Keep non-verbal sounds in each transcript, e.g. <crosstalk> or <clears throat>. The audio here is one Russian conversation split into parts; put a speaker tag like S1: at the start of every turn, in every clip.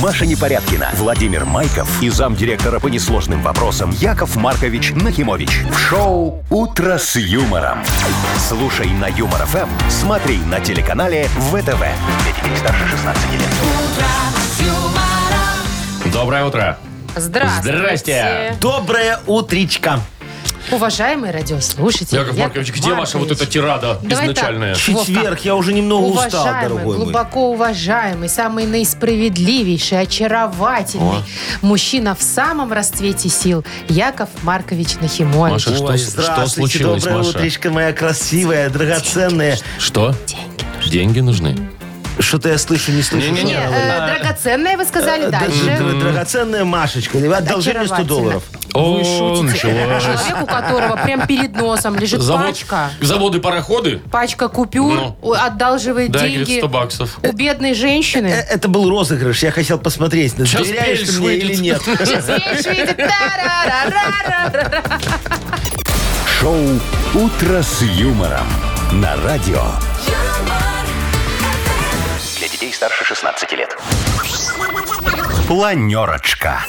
S1: Маша Непорядкина, Владимир Майков и замдиректора по несложным вопросам Яков Маркович Нахимович. В шоу «Утро с юмором». Слушай на Юмор ФМ, смотри на телеканале ВТВ. Для детей старше 16 лет.
S2: Доброе утро.
S3: Здравствуйте.
S2: Здрасте.
S4: Доброе утречко.
S3: Уважаемые радиослушатели.
S2: Яков Маркович, где ваша вот эта
S3: Маркович,
S2: тирада
S3: Давай так.
S2: изначальная?
S4: Четверг, я уже немного устал,
S3: Уважаемый,
S4: дорогой мой.
S3: глубоко уважаемый, самый наисправедливейший, очаровательный мужчина в самом расцвете сил Яков Маркович Нахимович.
S2: Маша, что,
S4: Ой,
S2: с- что
S4: здравствуйте,
S2: случилось,
S4: доброе
S2: Маша?
S4: утречко, моя красивая, драгоценная.
S2: Что? Деньги нужны.
S4: Что-то я слышу, не слышу.
S2: Не-не-не,
S4: что
S3: Не,
S4: она
S3: э,
S4: говорит.
S3: драгоценное вы
S4: Э,
S3: сказали
S4: Даже
S3: дальше.
S4: вы драгоценная Машечка. Ребят, должны мне 100
S3: Очаровательно.
S4: долларов.
S2: О, началось.
S3: Человек, у которого прям перед носом лежит
S2: Завод-
S3: пачка.
S2: Заводы-пароходы?
S3: Пачка купюр,
S2: Ну.
S3: у- одалживает
S2: Дай, говорит,
S3: деньги
S2: 100 баксов.
S3: у бедной женщины.
S4: Э, Это был розыгрыш, я хотел посмотреть,
S2: Сейчас
S4: доверяешь
S2: Бельш
S4: ты мне или
S2: выйдет.
S4: нет.
S3: Сейчас вещь выйдет. Та-ра-ра-ра-ра-ра.
S1: Шоу «Утро с юмором» на радио. Для детей старше 16 лет. Планерочка.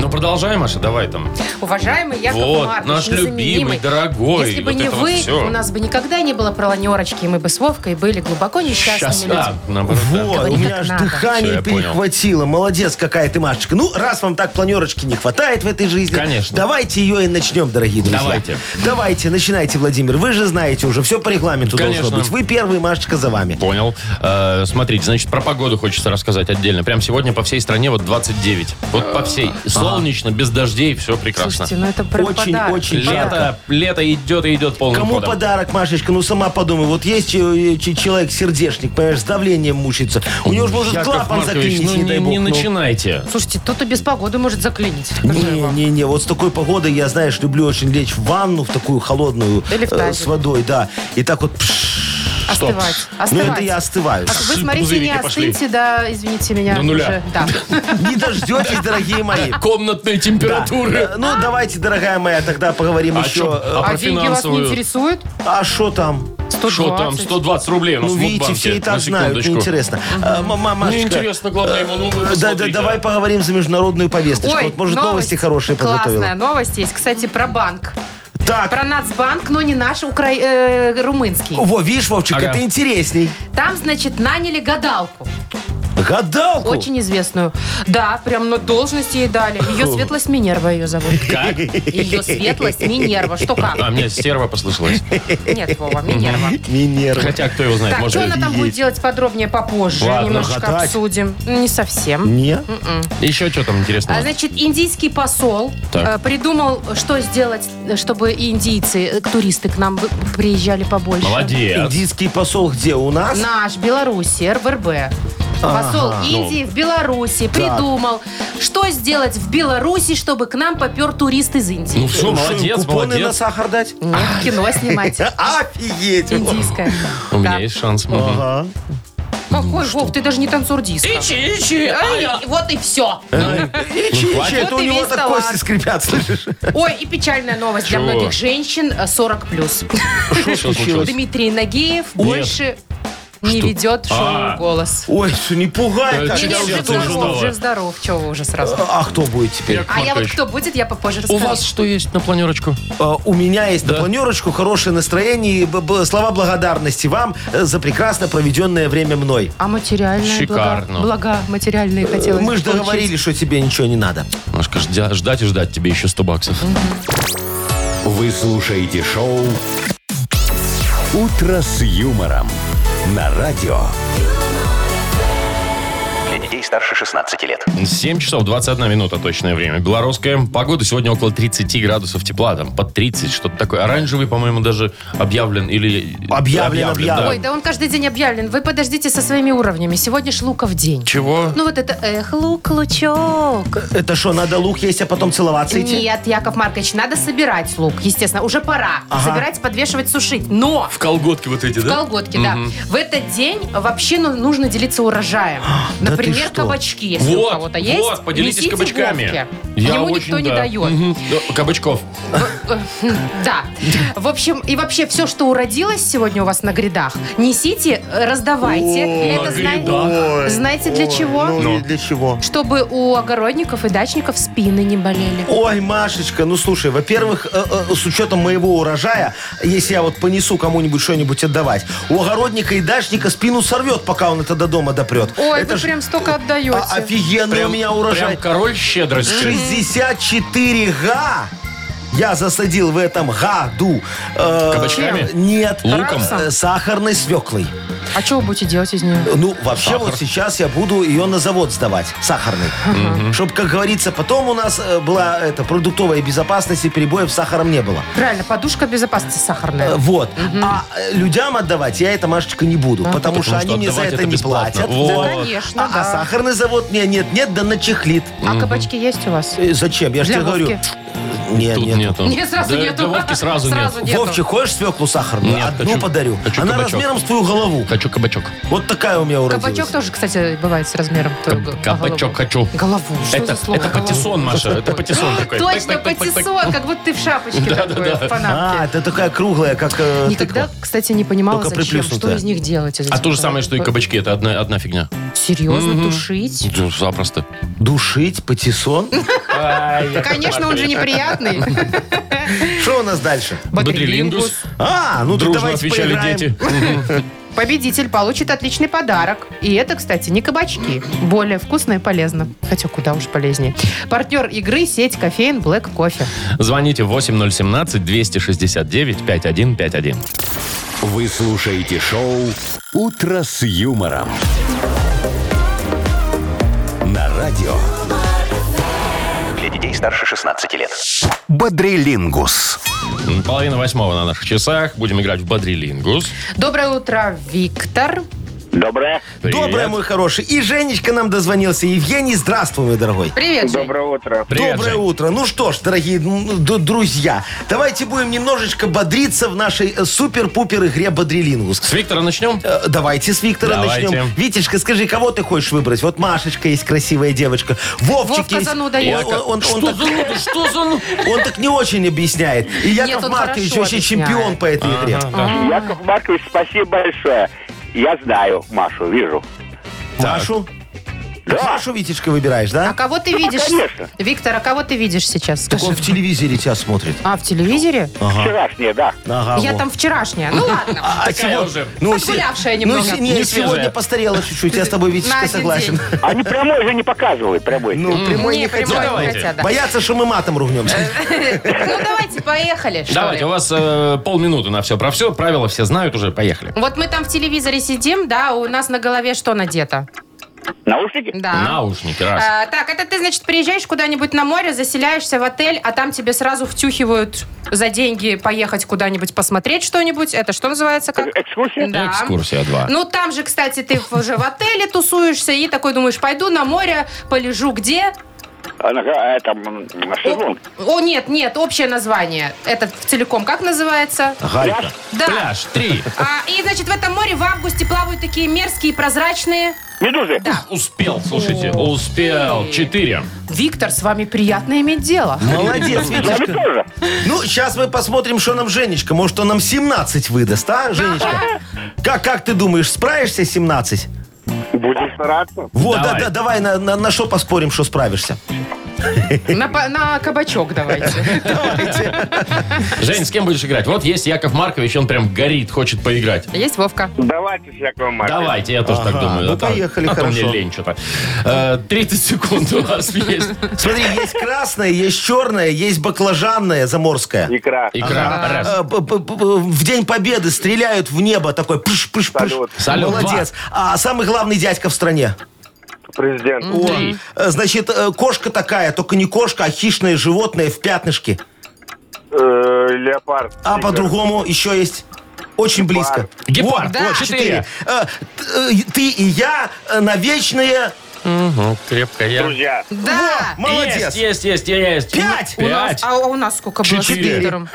S2: Ну, продолжай, Маша, давай там.
S3: Уважаемый Яков
S2: Вот,
S3: Маркович,
S2: наш
S3: незаменимый.
S2: любимый, дорогой,
S3: Если бы
S2: вот
S3: не
S2: это вот
S3: вы,
S2: всё.
S3: у нас бы никогда не было проланерочки, и мы бы с Вовкой были глубоко несчастными
S2: Сейчас.
S3: людьми.
S2: А, наоборот, да.
S4: Вот,
S3: Говорит,
S4: у меня
S3: как
S4: аж
S2: Всё,
S3: надо.
S2: я понял.
S4: дыхание перехватило. Молодец какая ты, Машечка. Ну, раз вам так планерочки не хватает в этой жизни,
S2: Конечно.
S4: давайте ее и начнем, дорогие друзья.
S2: Давайте.
S4: Давайте, начинайте, Владимир. Вы же знаете уже, все по регламенту
S2: Конечно.
S4: должно быть. Вы первый, Машечка, за вами.
S2: Понял. Э, смотрите, значит, про погоду хочется рассказать отдельно. Прям сегодня по всей стране вот 29. Вот по всей. Солнечно, без дождей, все прекрасно.
S3: Слушайте, ну это прям
S4: Очень,
S3: подарок.
S4: очень жарко.
S2: Лето, лето идет и идет полным
S4: Кому
S2: ходом.
S4: подарок, Машечка? Ну, сама подумай. Вот есть э, э, ч- человек-сердечник, понимаешь, с давлением мучается. У него же может
S2: Яков
S4: клапан
S2: Маркович,
S4: заклинить,
S2: ну,
S4: не дай бог.
S2: не
S4: ну.
S2: начинайте.
S3: Слушайте, тут и без погоды может заклинить.
S2: Ну,
S3: Скажу я вам.
S4: Не-не-не, вот с такой погодой я, знаешь, люблю очень лечь в ванну, в такую холодную,
S3: Или в
S4: э,
S3: тазик.
S4: с водой, да. И так вот... пш,
S3: Остывать.
S4: Ну,
S3: Остывать.
S4: это я остываю.
S3: А вы, смотрите, не
S2: Пузырики пошли.
S3: остыньте, да, извините меня.
S2: До нуля.
S3: уже. Да.
S4: Не дождетесь, дорогие мои.
S2: Комнатной
S4: Э,
S2: температуры.
S4: Ну, давайте, дорогая моя, тогда
S2: <laughs>
S4: поговорим
S2: А
S4: еще.
S2: чё?
S4: э,
S2: про
S3: А деньги вас не
S2: финансовую?
S3: интересуют?
S4: А что там?
S3: 120.
S2: Что там, 120 рублей у нас
S4: Ну,
S2: в
S4: видите,
S2: Мудбанке.
S4: все и
S2: На
S4: так знают.
S2: секундочку.
S4: Неинтересно. А, м- м- Машечка,
S2: Мне интересно, главное, ему, ну, вы
S4: э, да- да-
S2: посмотрите.
S4: Давай поговорим за международную повесточку.
S3: Ой,
S4: Вот, может,
S3: новость.
S4: новости хорошие
S3: Классная
S4: подготовила.
S3: новость есть. Кстати, про банк.
S4: Так,
S3: Про Нацбанк, но не наш, укра... э, румынский.
S4: во, видишь, Вовчик,
S2: Ага.
S4: это интересней.
S3: Там, значит, наняли гадалку.
S4: Гадалку.
S3: Очень известную. Да, прям на должность ей дали. Ее светлость Минерва ее зовут.
S2: Как?
S3: Ее светлость Минерва. Что
S2: А,
S3: как?
S2: мне серва
S4: <laughs>
S2: послышалось.
S3: Нет, Вова, Минерва.
S4: Минерва.
S2: Хотя, кто его знает,
S3: Так,
S2: может
S3: что она там будет
S4: есть.
S3: делать подробнее попозже.
S2: Ладно,
S3: Немножечко
S4: гадать.
S3: обсудим. Не совсем.
S4: Не?
S2: Еще что там
S3: А,
S2: интересного?
S3: Значит, индийский посол
S2: Так.
S3: э, придумал, что сделать, чтобы индийцы, э, туристы к нам бы- приезжали
S2: <laughs>
S3: побольше.
S2: Молодец.
S4: Индийский посол где? У нас?
S3: Наш Беларусь, РВРБ. Посол
S2: ну,
S3: Индии в Беларуси придумал, что сделать в Беларуси, чтобы к нам попер турист из Индии.
S2: Ну все,
S4: Что, им
S2: молодец,
S4: купоны на
S2: молодец.
S4: сахар дать?
S2: Ну,
S3: Нет,
S2: <laughs>
S3: кино снимать.
S4: Офигеть!
S3: Индийское.
S2: У
S3: Да.
S2: меня есть шанс. мгм.
S4: Ага.
S3: Какой, Вов, ты даже не танцор диска.
S2: Ичи, ичи,
S3: Ай,
S2: ая.
S3: Вот и все.
S4: И чи-
S2: хватит.
S4: чи- это
S3: Вот
S4: у
S3: и
S4: него
S3: весь
S4: так
S3: товар.
S4: кости скрипят, слышишь?
S3: Ой, и печальная новость
S2: Чего?
S3: для многих женщин э, 40 плюс.
S2: Что случилось?
S3: Дмитрий Нагиев больше не ведет
S2: А.
S3: шоу голос.
S4: Ой, что, не пугай
S2: Да,
S4: так.
S2: чуть
S3: Не-не,
S2: Тебя
S3: жив
S2: уже тоже
S3: здоров,
S2: стало.
S3: жив здоров. Чего вы уже сразу?
S4: А кто будет теперь?
S2: Яков
S3: А я вот
S2: Маркович,
S3: кто будет, я попозже расскажу.
S2: У вас что есть на планерочку?
S4: А, У меня есть
S2: Да.
S4: на планерочку хорошее настроение и б- б- слова благодарности вам э, за прекрасно проведенное время мной.
S3: А материальные блага,
S2: Шикарно.
S3: блага материальные хотелось
S4: Мы же
S3: получить.
S4: договорились, что тебе ничего не надо.
S2: Машка, ждя- ждать и ждать тебе еще 100 баксов.
S1: Вы слушаете шоу «Утро с юмором» на радио. Для детей старше 16 лет.
S2: 7 часов 21 минута точное время. Белорусская. Погода сегодня около 30 градусов тепла. Там под 30, что-то такое. Оранжевый, по-моему, даже объявлен. Или...
S4: Объявлен,
S2: да.
S3: Ой, да он каждый день объявлен. Вы подождите со своими уровнями. Сегодня ж луков день.
S2: Чего?
S3: Ну вот это эх, лук, лучок.
S4: Это что, надо лук есть, а потом целоваться идти?
S3: Нет, Яков Маркович, надо собирать лук, естественно. Уже пора.
S4: Ага.
S3: Собирать, подвешивать, сушить. Но
S2: В колготки вот эти, да?
S3: колготки, да. В этот день вообще ну, нужно делиться урожаем.
S4: А, Да ты
S3: Например, кабачки, если у
S2: Вот,
S3: кого-то есть.
S2: вот, поделитесь
S3: несите
S2: кабачками.
S3: Вовке. Ему
S2: очень,
S3: никто не
S2: да.
S3: дает.
S2: Мгм. Ну, Кабачков.
S3: Да. В общем, и вообще все, что уродилось сегодня у вас на грядах, несите, раздавайте.
S2: О,
S3: Это
S2: на
S3: зна-
S2: грядах.
S5: Ой,
S3: знаете для
S5: ой,
S3: чего?
S5: Ну,
S2: Ну.
S5: и для чего?
S3: Чтобы у огородников и дачников спины не болели.
S4: Ой, Машечка, ну слушай, во-первых, э, э, с учетом моего урожая, если я вот понесу кому-нибудь что-нибудь отдавать, у огородника и дачника спину сорвет, пока он это до дома допрет.
S3: Ой,
S4: это
S3: вы
S4: ж
S3: прям столько отдаете.
S4: а- офигенный у меня
S2: Прям
S4: урожай.
S2: король щедрости.
S4: 64 га я засадил в этом году. Э,
S2: Кабачками?
S4: Нет.
S2: Луком?
S4: Э, Сахарной свеклой.
S3: А что вы будете делать из нее?
S4: Ну, вообще, вот сейчас я буду ее на завод сдавать, сахарный. Чтобы, как говорится, потом у нас э, была это, продуктовая безопасность и перебоев с сахаром не было.
S3: Правильно, подушка безопасности
S4: Э,
S3: сахарная.
S4: Вот. А э, людям отдавать я это, Машечка, не буду, потому,
S2: Потому что
S4: что они мне за
S2: отдавать
S4: это,
S2: это
S4: не
S2: бесплатно.
S4: платят.
S2: Вот.
S3: Да, конечно,
S4: а, а
S3: да.
S4: сахарный завод мне нет-нет, да начехлит.
S3: А кабачки есть у вас?
S4: Э, Зачем? Я же
S3: Для
S4: тебе говорю.
S3: Вовки.
S4: Нет,
S2: Тут
S4: нет.
S2: нету.
S3: Нет, сразу
S2: Да,
S3: нету.
S2: да, Вовке сразу нет.
S3: Сразу нету.
S4: Вовчик, хочешь свеклу сахарную?
S2: Нет,
S4: Одну
S2: хочу-
S4: подарю.
S2: хочу
S4: Она
S2: кабачок.
S4: размером с твою голову.
S2: Хочу кабачок.
S4: Вот такая у меня уродилась.
S3: Кабачок тоже, кстати, бывает с размером. твою г-
S2: кабачок
S3: голову.
S2: хочу.
S3: Голову. Что
S2: Это,
S3: за слово?
S2: это
S3: Голову.
S2: патиссон, Маша. Это патиссон такой.
S3: Точно,
S2: Пык, пык, пык, пык, пык.
S3: патиссон, как будто ты в шапочке такой, в
S4: А,
S3: панамке.
S4: это такая круглая, как э,
S3: Никогда,
S4: тыква.
S3: кстати, не понимала,
S4: Только
S3: зачем, что
S4: приплюснутая.
S3: из них делать. из
S2: А
S3: этих
S2: то же самое, что и кабачки. Это одна, одна фигня.
S3: Серьезно, тушить?
S2: Да, Запросто.
S4: Ну, Душить патиссон?
S3: Ну, Конечно, он же неприятный.
S4: Что у нас дальше?
S2: Бодрилингус.
S4: А, ну так
S2: Дружно
S4: давайте
S2: отвечали
S4: поиграем.
S2: дети.
S3: Победитель получит отличный подарок. И это, кстати, не кабачки. Более вкусно и полезно. Хотя куда уж полезнее. Партнер игры сеть кофеин Black Кофе.
S2: Звоните 8017-269-5151.
S1: Вы слушаете шоу «Утро с юмором». На радио.
S6: Для детей старше 16 лет.
S1: Бодрилингус.
S2: Половина восьмого на наших часах. Будем играть в Бодрилингус.
S3: Доброе утро, Виктор.
S7: Доброе.
S2: Привет.
S4: Доброе, мой хороший. И Женечка нам дозвонился. Евгений, здравствуй, мой дорогой.
S3: Привет, Жень.
S7: Доброе утро.
S2: Привет,
S4: Доброе
S2: Жень.
S4: утро. Ну что ж, дорогие м, д- друзья, давайте будем немножечко бодриться в нашей э, супер-пупер игре Бодрилингус.
S2: С Виктора начнем?
S4: Э, Давайте с Виктора
S2: Давайте.
S4: начнем. Витечка, скажи, кого ты хочешь выбрать? Вот Машечка есть красивая девочка. Вовчик
S3: Вовка
S4: есть.
S3: зануда
S4: Он-
S3: есть.
S4: он- он- он так-
S2: Что за... ну?
S4: Он так не очень объясняет. И Яков
S3: он
S4: Маркович
S3: хорошо
S4: вообще
S3: объясняет.
S4: чемпион по этой игре.
S7: Яков Маркович, спасибо большое. Я знаю Машу, вижу.
S4: Машу? Машу Витечка выбираешь,
S3: А
S4: да?
S3: кого ты видишь?
S7: Ну, конечно.
S3: Виктор, а кого ты видишь сейчас?
S4: Так он
S3: Скажи.
S4: в телевизоре тебя смотрит.
S3: А, в телевизоре?
S7: Вчерашнее, да.
S4: Ага,
S3: Я
S4: во.
S3: там вчерашняя. Ну ладно.
S4: <laughs> А
S2: Такая
S4: сегодня-
S2: уже.
S4: ну,
S3: Подгулявшая
S4: се-
S3: немного.
S4: Ну, се- не,
S2: Не свежая.
S4: сегодня постарела чуть-чуть. Я с тобой,
S3: На
S4: Витечка,
S3: один
S4: согласен.
S3: день.
S7: Они прямой же не показывают, прямой.
S4: Ну, прямой
S3: Не,
S4: не
S3: прямой
S4: хотел.
S2: хотела. Давайте.
S3: хотя, да.
S4: Боятся, что мы матом ругнемся.
S3: Ну давайте, поехали, что
S2: Давайте,
S3: ли.
S2: у вас э, полминуты на все про все. Правила все знают уже. Поехали.
S3: Вот мы там в телевизоре сидим, да, у нас на голове что надето?
S7: Наушники?
S3: Да.
S2: Наушники, раз.
S3: А, так, это ты, значит, приезжаешь куда-нибудь на море, заселяешься в отель, а там тебе сразу втюхивают за деньги поехать куда-нибудь посмотреть что-нибудь. Это что называется? Как?
S7: Экскурсия?
S3: А, Да.
S2: Экскурсия 2.
S3: Ну, там же, кстати, ты уже в отеле тусуешься и такой думаешь, пойду на море, полежу где?
S7: Ага, э, там, м, шезлонг.
S3: О, нет, нет, общее название. Это целиком как называется?
S4: Галька.
S3: Да.
S2: Пляж 3.
S3: А, и, значит, в этом море в августе плавают такие мерзкие, прозрачные.
S7: Медузы?
S2: Успел, слушайте, успел. 4.
S3: Виктор, с вами приятно иметь дело.
S4: <laughs> Молодец,
S7: С нами
S4: Витечка.
S7: тоже.
S4: Ну, сейчас мы посмотрим, что нам Женечка. Может, он нам 17 выдаст, а, Женечка? Как, как ты думаешь, справишься 17?
S7: Будем стараться.
S4: Вот, да,
S2: Давай.
S4: да, давай на, на, на что поспорим, что справишься.
S3: На, по- на кабачок давайте.
S2: Жень, с кем будешь играть? Вот есть Яков Маркович, он прям горит, хочет поиграть.
S3: Есть Вовка.
S7: Давайте, Яков Маркович.
S2: Давайте, я тоже
S4: Ага,
S2: так думаю.
S4: ну
S2: А то-
S4: поехали,
S2: а то
S4: хорошо.
S2: мне лень что-то. Э, 30 секунд у вас есть.
S4: Смотри, есть красное, есть черное, есть баклажанное заморское.
S7: Икра.
S2: Икра. Раз.
S4: Э, б- б- б- В день победы стреляют в небо такой пыш-пыш-пыш.
S7: Салют.
S2: Салют.
S4: Молодец. А самый главный дядька в стране.
S7: Президент.
S2: Три.
S4: Э, Значит, э, кошка такая, только не кошка, а хищное животное в пятнышке.
S7: Э, Леопард.
S4: А
S7: Тигр.
S4: по-другому еще есть. Очень близко.
S2: Гепард.
S4: Вот,
S2: Да.
S4: вот,
S2: Четыре.
S4: четыре. Э, т- э, Ты и я э, на вечные...
S2: Крепкая.
S7: Друзья.
S3: Да!
S4: Молодец.
S2: А. Есть, есть, есть, есть.
S4: Пять.
S3: У нас-
S2: Пять.
S3: а у нас сколько было с
S2: Четыре.
S3: Виктором?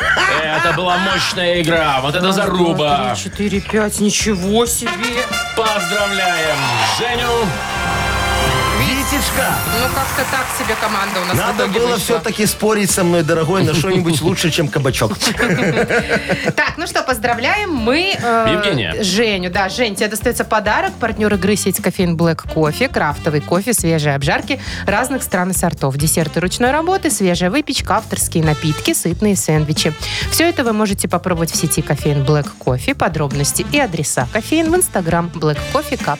S2: Это была мощная игра. Вот это
S3: Два,
S2: заруба.
S3: три, четыре, пять. Ничего себе!
S2: Поздравляем Женю.
S4: Машечка!
S3: Ну, как-то так себе команда у нас
S4: Надо
S3: в итоге
S4: было
S3: вышла.
S4: все-таки спорить со мной, дорогой, на что-нибудь лучше, чем кабачок. Э,
S3: Так, ну что, поздравляем мы э,
S2: Евгения.
S3: Женю. Да, Жень, тебе достается подарок. Партнер игры сеть кофеин Блэк Кофе. Крафтовый кофе, свежие обжарки разных стран и сортов. Десерты ручной работы, свежая выпечка, авторские напитки, сытные сэндвичи. Все это вы можете попробовать в сети кофеин Блэк Кофе. Подробности и адреса кофеин в инстаграм Black Кофе Cup.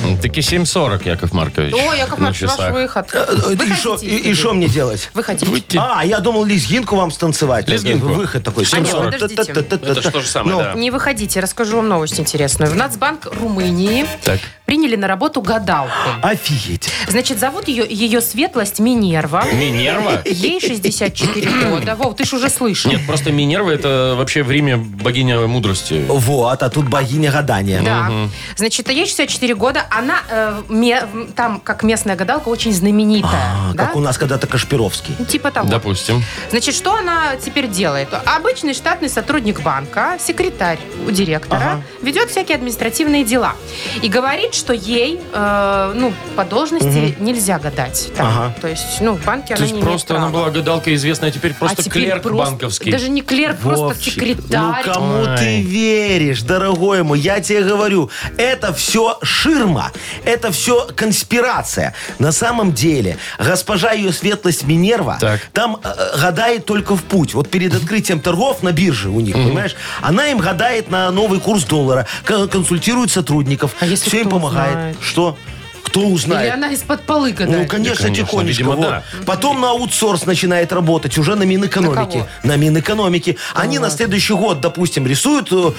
S2: Таки 7.40, Яков Маркович.
S3: О, Яков
S2: на
S3: Маркович, ваш
S2: часах.
S3: выход.
S4: Э, И что- И что мне делать?
S3: Выходите.
S2: Выйти.
S4: А, я думал, лезгинку вам станцевать.
S2: Лезгинку.
S4: Выход такой.
S3: А нет,
S4: 7:40.
S3: подождите.
S4: Та-та-та-та-та.
S2: Это ж то же самое,
S4: Ну,
S2: да.
S3: Не выходите, расскажу вам новость интересную. В Нацбанк Румынии
S2: Так.
S3: приняли на работу гадалку.
S4: Офигеть.
S3: Значит, зовут ее ее светлость Минерва.
S2: Минерва?
S3: Ей 64 года. Вов, ты ж уже слышал.
S2: Нет, просто Минерва это вообще в Риме богиня мудрости.
S4: Вот, а тут богиня гадания.
S3: Да. Значит, а ей 64 года. Она э, ме- м, там, как местная гадалка, очень знаменитая.
S4: А,
S3: да?
S4: Как у нас когда-то Кашпировский.
S3: Ну, Типа того.
S2: Допустим.
S3: Значит, что она теперь делает? Обычный штатный сотрудник банка, секретарь у директора, ведет всякие административные дела. И говорит, что ей, э, ну, по должности нельзя гадать. там.
S4: Ага.
S3: То есть, ну, в банке
S2: То
S3: она не
S2: есть
S3: имеет
S2: просто она
S3: права.
S2: была гадалка известная, а теперь просто
S3: а теперь
S2: клерк
S3: просто-
S2: банковский.
S3: Даже не клерк, просто
S4: Вовчик,
S3: секретарь.
S4: Ну кому
S2: Ой.
S4: ты веришь, дорогой мой? Я тебе говорю, это все ширма, это все конспирация. На самом деле, госпожа ее светлость Минерва
S2: Так.
S4: там э, гадает только в путь. Вот перед открытием торгов на бирже у них, понимаешь? Она им гадает на новый курс доллара, кон- консультирует сотрудников,
S3: А если
S4: все им
S3: кто
S4: помогает.
S3: узнает?
S4: Что? Кто
S3: Или
S4: узнает?
S3: она из-под полы
S4: Ну,
S3: гадает.
S4: конечно,
S2: конечно,
S4: тихонечко.
S2: видимо,
S4: вот.
S2: да.
S4: Потом на аутсорс начинает работать уже на Минэкономике.
S3: кого?
S4: На, Минэкономике. Они на следующий год, допустим, рисуют э,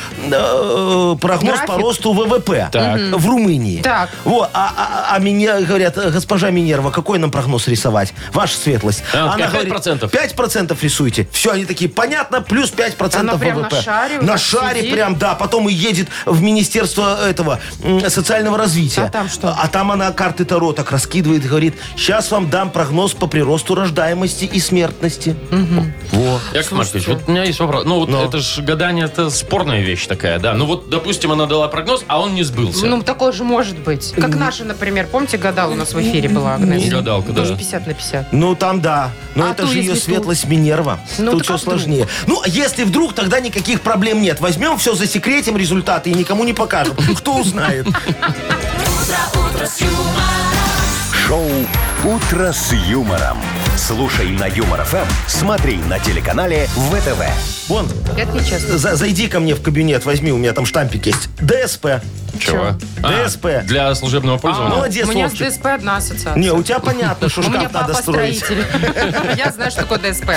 S4: э, прогноз по
S3: График.
S4: росту ВВП
S2: Так.
S4: в Румынии.
S3: Так.
S4: Вот, а, а- а меня говорят, «Э, госпожа Минерва, какой нам прогноз рисовать? Ваша светлость.
S2: А, какая 5%?
S4: 5% рисуйте. Все, они такие, понятно, плюс 5%
S3: Она прям
S4: ВВП.
S3: на шаре вот
S4: На
S3: так
S4: шаре
S3: сидит.
S4: прям, да. Потом и едет в Министерство этого м, социального развития.
S3: А там что?
S4: А там она карты Таро так раскидывает, говорит, сейчас вам дам прогноз по приросту рождаемости и смертности. Во.
S2: Яков Маркович, вот у меня есть вопрос. Ну, вот это же гадание, это спорная вещь такая, да. Ну, вот, допустим, она дала прогноз, а он не сбылся.
S3: Ну, такое же может быть. Как наша, например, помните, гадал у нас в эфире была Агнесса?
S2: Гадалка, да.
S3: Тоже 50 на 50.
S4: Ну, там да. Но
S3: А
S4: это
S3: то,
S4: же ее
S3: если тут-
S4: светлость Минерва.
S3: Ну,
S4: Тут
S3: так
S4: все
S3: а вдруг?
S4: сложнее. Ну, а если вдруг, тогда никаких проблем нет. Возьмем все, засекретим результаты и никому не покажем. Кто узнает?
S1: Шоу «Утро с юмором». Слушай на Юмор ФМ, смотри на телеканале ВТВ.
S4: Вон,
S3: Это нечестно.
S4: за- зайди ко мне в кабинет, возьми, у меня там штампик есть. ДСП.
S2: Чего?
S4: чё? ДСП.
S2: А, Для служебного пользования?
S4: Молодец,
S3: У меня с
S4: Ну, Вовчик.
S3: ДСП одна ассоциация.
S4: Не, у тебя понятно, что
S3: У меня
S4: шкаф надо
S3: папа
S4: строить.
S3: строитель. <laughs> Я знаю, что такое ДСП.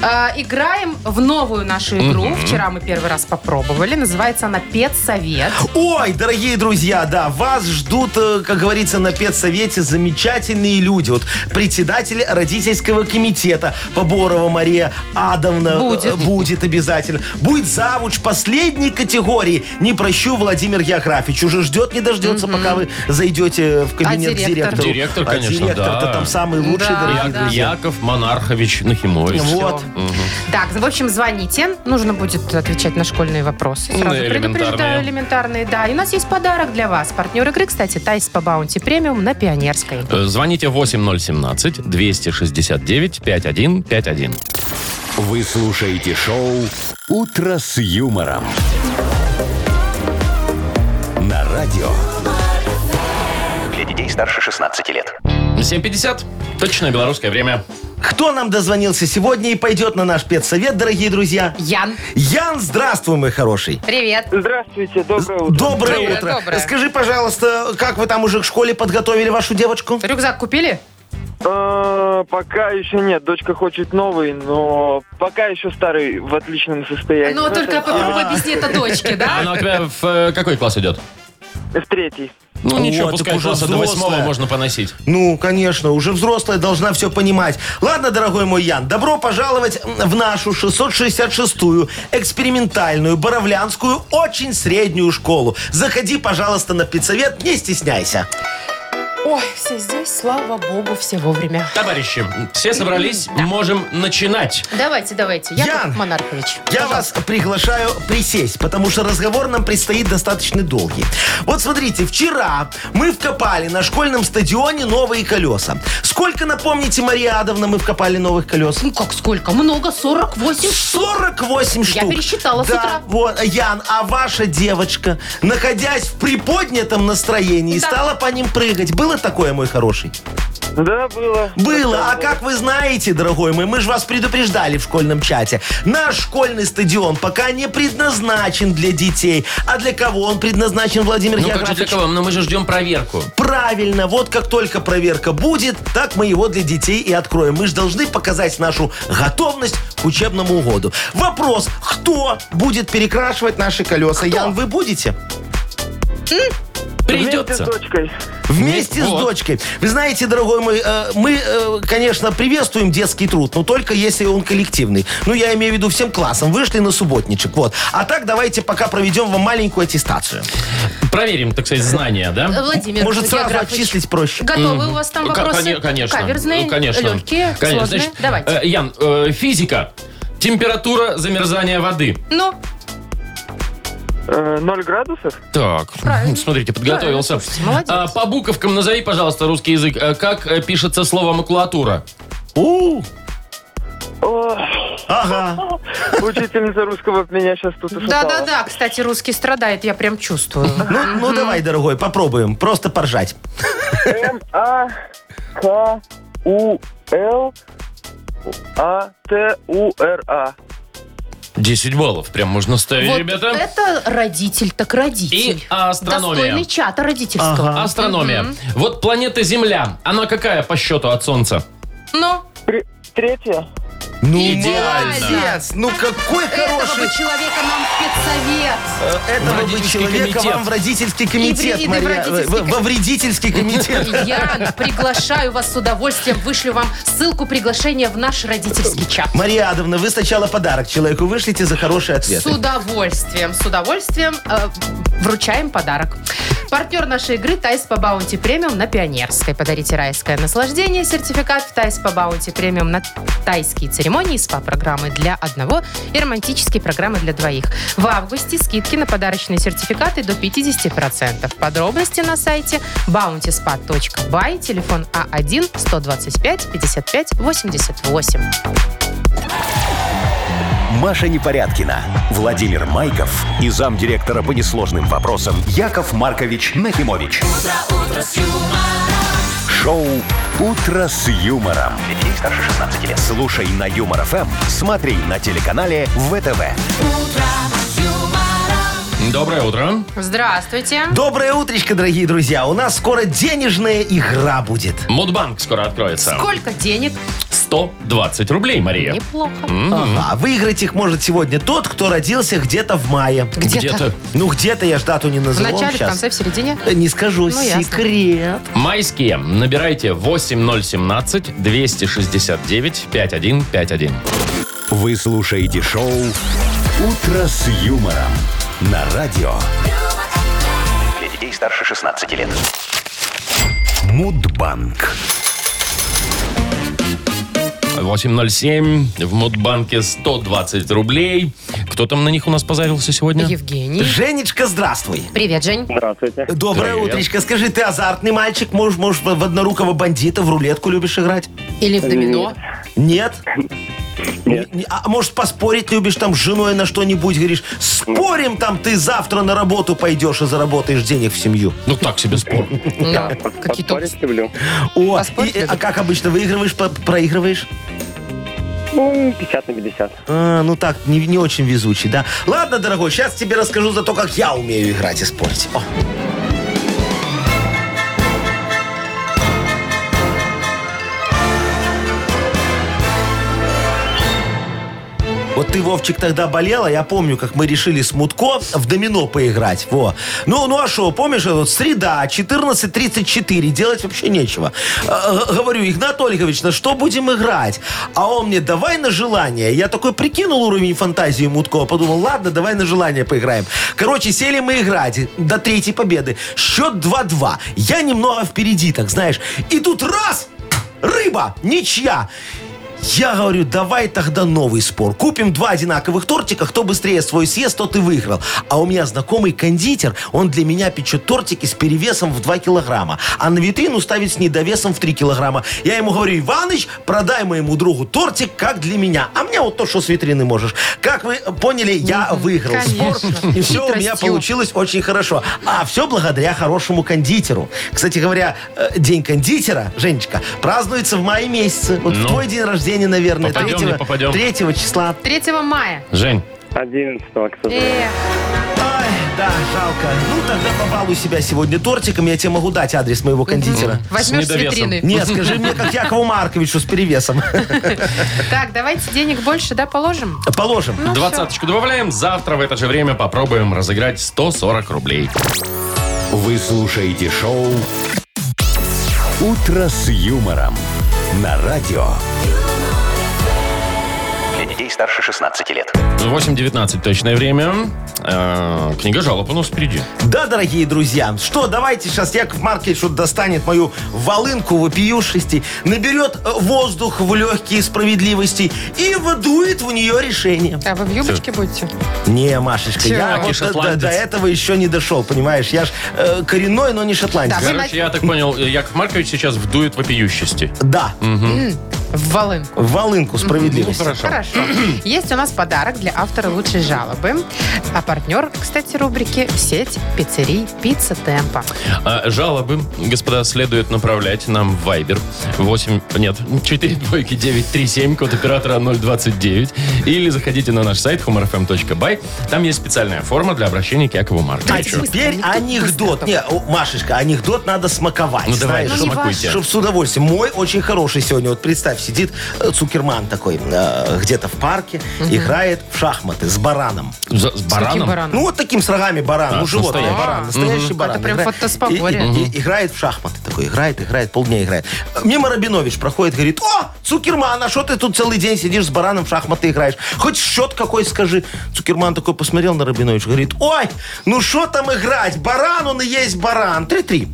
S3: А, Играем в новую нашу игру. Вчера мы первый раз попробовали. Называется она «Педсовет».
S4: Ой, дорогие друзья, да, вас ждут, э, как говорится, на педсовете замечательные люди. Вот председатель родительского комитета Поборова Мария Адамна
S3: Будет.
S4: э, будет обязательно. Будет завуч последней категории. Не прощу, Владимир Яхрафич. Уже ждет, не дождется, пока вы зайдете в кабинет
S3: А директор?
S4: директора.
S2: Директор, конечно,
S4: директор-то
S2: да.
S4: там самый лучший,
S3: Да,
S4: дорогие
S2: Я-
S3: да.
S4: друзья.
S2: Яков Монархович Нахимович.
S4: Вот.
S3: Так, в общем, звоните. Нужно будет отвечать на школьные вопросы. Сразу
S2: Ну, элементарные.
S3: предупреждаю, элементарные, да. И у нас есть подарок для вас. Партнер игры, кстати, Тайс по Баунти Премиум на Пионерской.
S2: Э, Звоните 8017-269-5151.
S1: Вы слушаете шоу «Утро с юмором». На радио.
S6: Для детей старше 16 лет.
S2: 7.50. Точное белорусское время.
S4: Кто нам дозвонился сегодня и пойдет на наш педсовет, дорогие друзья?
S3: Ян,
S4: Ян, здравствуй, мой хороший.
S3: привет.
S7: Здравствуйте, доброе утро.
S4: Доброе
S3: Доброе,
S4: утро.
S3: доброе.
S4: Скажи, пожалуйста, как вы там уже к школе подготовили вашу девочку?
S3: Рюкзак купили?
S7: Э, пока еще нет, дочка хочет новый, но пока еще старый в отличном состоянии.
S3: Ну, только попробуй объясни это дочке,
S2: А
S3: да?
S2: Она у тебя в э, какой класс идет?
S7: В Э, третий.
S2: Ну,
S4: О,
S2: ничего,
S4: так
S2: пускай
S4: уже
S2: класса до восьмого
S4: взрослая.
S2: можно поносить.
S4: Ну, конечно, уже взрослая должна все понимать. Ладно, дорогой мой Ян, добро пожаловать в нашу 666-ю экспериментальную боровлянскую очень среднюю школу. Заходи, пожалуйста, на педсовет, не стесняйся.
S3: Ой, все здесь, слава богу, все вовремя.
S2: Товарищи, все собрались, можем начинать.
S3: Давайте, давайте. Яков
S4: Ян!
S3: Монаркович.
S4: Я вас приглашаю присесть, потому что разговор нам предстоит достаточно долгий. Вот смотрите, вчера мы вкопали на школьном стадионе новые колеса. Сколько, напомните, Мария Адовна, мы вкопали новых колес?
S3: Ну как сколько? Много? 48?
S4: 48 штук.
S3: Я пересчитала с
S4: да,
S3: утра.
S4: Вот, Ян, а ваша девочка, находясь в приподнятом настроении,
S3: Да.
S4: стала по ним прыгать. Было такое, мой хороший?
S7: Да, было.
S4: Было. А как вы знаете, дорогой мой, мы же вас предупреждали в школьном чате. Наш школьный стадион пока не предназначен для детей. А для кого он предназначен, Владимир
S2: Ну как же
S4: Яковлевич?
S2: для кого? Но мы же ждем проверку.
S4: Правильно, вот как только проверка будет, так мы его для детей и откроем. Мы же должны показать нашу готовность к учебному году. Вопрос, кто будет перекрашивать наши колеса? Ян, вы будете?
S7: Вместе
S2: Придется.
S7: с дочкой.
S4: Вместе
S2: Вот.
S4: с дочкой. Вы знаете, дорогой мой, э, мы, э, конечно, приветствуем детский труд, но только если он коллективный. Ну, я имею в виду всем классом. Вышли на субботничек, вот. А так давайте пока проведем вам маленькую аттестацию.
S2: Проверим, так сказать, знания, да?
S3: Владимир
S4: Может, сразу
S3: Географович,
S4: отчислить проще.
S3: Готовы у вас там
S2: Ко-
S3: вопросы?
S2: коне- Конечно.
S3: Каверзные,
S2: Ну, конечно.
S3: легкие,
S2: Конечно.
S3: сложные?
S2: Значит,
S3: Давайте.
S2: э, Ян, э, физика. Температура замерзания воды.
S3: Ну,
S7: Э, Ноль градусов?
S2: Так,
S3: Правильно.
S2: смотрите, подготовился.
S3: Правильно, слушайте, молодец.
S2: А, по буковкам назови, пожалуйста, русский язык. Э, Как э, пишется слово макулатура?
S4: У,
S7: О,
S3: <laughs>
S4: ага.
S7: учительница русского от меня сейчас тут ушатала.
S3: да-да-да, кстати, русский страдает, я прям чувствую.
S4: Ну, ну, давай, дорогой, попробуем. Просто поржать.
S7: М А К У Л А Т У Р А.
S2: 10 баллов прям можно ставить,
S3: Вот
S2: ребята.
S3: это родитель, так родитель.
S2: И астрономия.
S3: Достойный чата родительского.
S4: Ага.
S2: Астрономия. Вот планета Земля. Она какая по счету от Солнца?
S3: Ну,
S7: Тре- Третья.
S4: Ну,
S3: Идеально.
S4: молодец. Ну, какой
S3: этого
S4: хороший.
S3: бы человека нам спецсовет.
S4: э, Этого бы
S2: Родительский
S4: человека
S2: комитет.
S4: вам в родительский комитет,
S3: И в- и в
S4: Мария, э,
S3: родительский
S4: во- Во вредительский
S3: <laughs>
S4: комитет.
S3: Ян, приглашаю вас с удовольствием. Вышлю вам ссылку приглашения в наш родительский чат.
S4: Мария Адовна, вы сначала подарок человеку вышлите за хороший ответ.
S3: С удовольствием, с удовольствием э, вручаем подарок. Партнер нашей игры Тайс по Баунти Премиум на Пионерской. Подарите райское наслаждение. Сертификат в Тайс по Баунти Премиум на тайские церемонии, СПА-программы для одного и романтические программы для двоих. В августе скидки на подарочные сертификаты до 50%. Подробности на сайте bountyspa.by, телефон А А1-125-55-88.
S1: Маша Непорядкина, Владимир Майков и замдиректора по несложным вопросам Яков Маркович Нахимович. Шоу Утро с юмором. Для детей старше 16 лет. Слушай на юмор ФМ, смотри на телеканале ВТВ.
S2: Доброе утро.
S3: Здравствуйте.
S4: Доброе утречко, дорогие друзья. У нас скоро денежная игра будет.
S2: Мудбанк скоро откроется.
S3: Сколько денег?
S2: 120 рублей, Мария.
S3: Неплохо.
S4: А выиграть их может сегодня тот, кто родился где-то в мае.
S3: Где-то.
S4: Ну, где-то я ж дату не
S3: В
S4: назову. вам
S3: начале, в
S4: щас.
S3: конце, в середине.
S4: Э, Не скажу,
S3: Ну, ясно.
S4: секрет.
S2: Майские. Набирайте 8017 269 5151.
S1: Вы слушаете шоу Утро с юмором на радио
S6: Для детей старше 16 лет.
S1: Мудбанк.
S2: 807 в Мудбанке 120 рублей. Кто там на них у нас позарился сегодня?
S3: Евгений.
S4: Женечка, здравствуй.
S3: Привет, Жень.
S7: Здравствуйте.
S4: Доброе
S2: Привет.
S4: утречко. Скажи, ты азартный мальчик? Можешь, может, в однорукого бандита в рулетку любишь играть?
S3: Или в домино.
S4: Нет? Не- А может, поспорить любишь там с женой на что-нибудь? Говоришь, спорим там, ты завтра на работу пойдешь и заработаешь денег в семью.
S2: Ну так себе спор.
S3: Да. Какие-то...
S5: Поспорить люблю.
S4: О,
S3: Поспорить
S4: и-
S3: любишь?
S4: а как обычно, выигрываешь, по- проигрываешь?
S5: Ну, 50 на 50.
S4: А, ну так, не, не очень везучий, да? Ладно, дорогой, сейчас тебе расскажу за то, как я умею играть и спорить. О. Вот Вот ты, Вовчик, тогда болела. Я помню, как мы решили с Мутко в домино поиграть. Во. Ну, ну а что, помнишь, вот среда, 14.34, делать вообще нечего. А, г- Говорю, Игнат Ольгович, на что будем играть? А он мне, давай на желание. Я такой прикинул уровень фантазии Мутко, подумал, ладно, давай на желание поиграем. Короче, сели мы играть до третьей победы. Счет 2-2. Я немного впереди, так знаешь. И тут раз, рыба, ничья. Я говорю, давай тогда новый спор. Купим два одинаковых тортика, кто быстрее свой съест, тот и выиграл. А у меня знакомый кондитер, он для меня печет тортики с перевесом в 2 килограмма, а на витрину ставит с недовесом в 3 килограмма. Я ему говорю, Иваныч, продай моему другу тортик, как для меня. А мне вот то, что с витрины можешь. Как вы поняли, я выиграл
S3: конечно.
S4: спор. И все у меня
S3: Хитростью.
S4: получилось получилось очень хорошо. А все благодаря хорошему кондитеру. Кстати говоря, э, день кондитера, Женечка, празднуется в мае месяце. Вот
S2: Ну.
S4: в твой день рождения, наверное,
S2: Попадем, не
S4: 3,
S2: попадем.
S4: 3 числа.
S3: 3 мая. Э,
S2: Жень,
S5: 11 к сожалению.
S3: Эх,
S4: Ай, да, жалко. Ну, тогда побалуй себя сегодня тортиком, я тебе могу дать адрес моего кондитера.
S3: возьмешь с,
S2: недовесом.
S3: витрины.
S4: Нет, скажи мне, как Якову Марковичу с перевесом. <laughs>
S3: Так, давайте денег больше, да, положим? Ну,
S4: Положим.
S2: двадцаточку добавляем. Завтра в это же время попробуем разыграть 140 рублей.
S1: Вы слушаете шоу «Утро с юмором» на радио.
S6: Для детей старше 16 лет.
S2: 8.19 точное время. Э, Книга жалоб у нас впереди.
S4: Да, дорогие друзья, что, давайте сейчас Яков Маркович вот достанет мою волынку вопиюшести, наберет э, воздух в легкие справедливости и выдует в нее решение.
S3: А вы в юбочке будете?
S4: Не, Машечка,
S3: Чего?
S2: Таки
S4: я вот до- до,
S2: шотландец.
S4: до этого еще не дошел, понимаешь? Я ж э, коренной, но не шотландец.
S3: Да. Вы
S2: Короче,
S3: на-
S2: я так понял, Яков Маркович сейчас вдует вопиющести.
S4: Да,
S3: В волынку.
S4: в волынку справедливости.
S3: Хорошо. <clears throat> Есть у нас подарок для автора лучшей жалобы. А партнер, кстати, рубрики «Сеть пиццерий Пицца Темпа».
S2: А, жалобы, господа, следует направлять нам в Viber 8, нет, 4 двойки 937, код оператора 029. Или заходите на наш сайт humorfm.by. Там есть специальная форма для обращения к Якову
S4: А
S2: Марковичу.
S4: теперь
S3: Быстро, не тут
S4: анекдот.
S3: быстро.
S4: Не, о, Машечка, анекдот надо смаковать.
S2: Ну давай,
S4: знаешь.
S3: Ну, не
S2: смакуйте.
S4: Чтоб с удовольствием. Мой очень хороший сегодня. Вот представь, сидит э, Цукерман такой э, где-то в парке, играет в шахматы с бараном.
S2: За- с бараном?
S4: Ну, вот таким с рогами баран,
S2: А,
S4: ну, животное,
S2: настоящий.
S4: баран, настоящий баран.
S3: Это прям
S4: Игра-
S3: фотоспокойно.
S4: и- и- и- Играет в шахматы такой, играет, играет, полдня играет. Мимо Рабинович проходит, говорит, о, Цукерман, а что ты тут целый день сидишь с бараном в шахматы играешь? Хоть счет какой скажи. Цукерман такой посмотрел на Рабинович, говорит, ой, ну что там играть, баран он и есть баран, 3-3.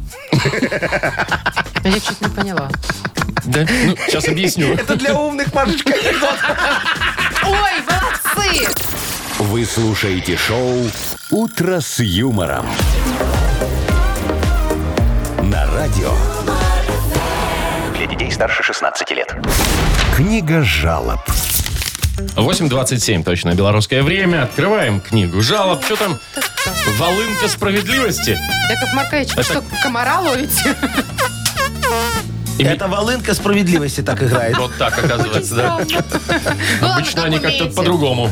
S3: Я чуть не поняла.
S2: Да? Ну, сейчас объясню.
S4: Это для умных, Машечка, анекдот.
S3: Ой, молодцы!
S1: Вы слушаете шоу «Утро с юмором» на радио.
S6: Для детей старше 16 лет.
S1: Книга жалоб.
S2: 8.27, точно, белорусское время. Открываем книгу жалоб. Что там? Волынка справедливости.
S3: Яков Маркович, вы что, комара ловите?
S4: Это волынка справедливости так играет.
S2: Вот так, оказывается, да. <laughs>
S3: Ну ладно,
S2: Обычно
S3: как
S2: они как-то
S3: умеете.
S2: по-другому.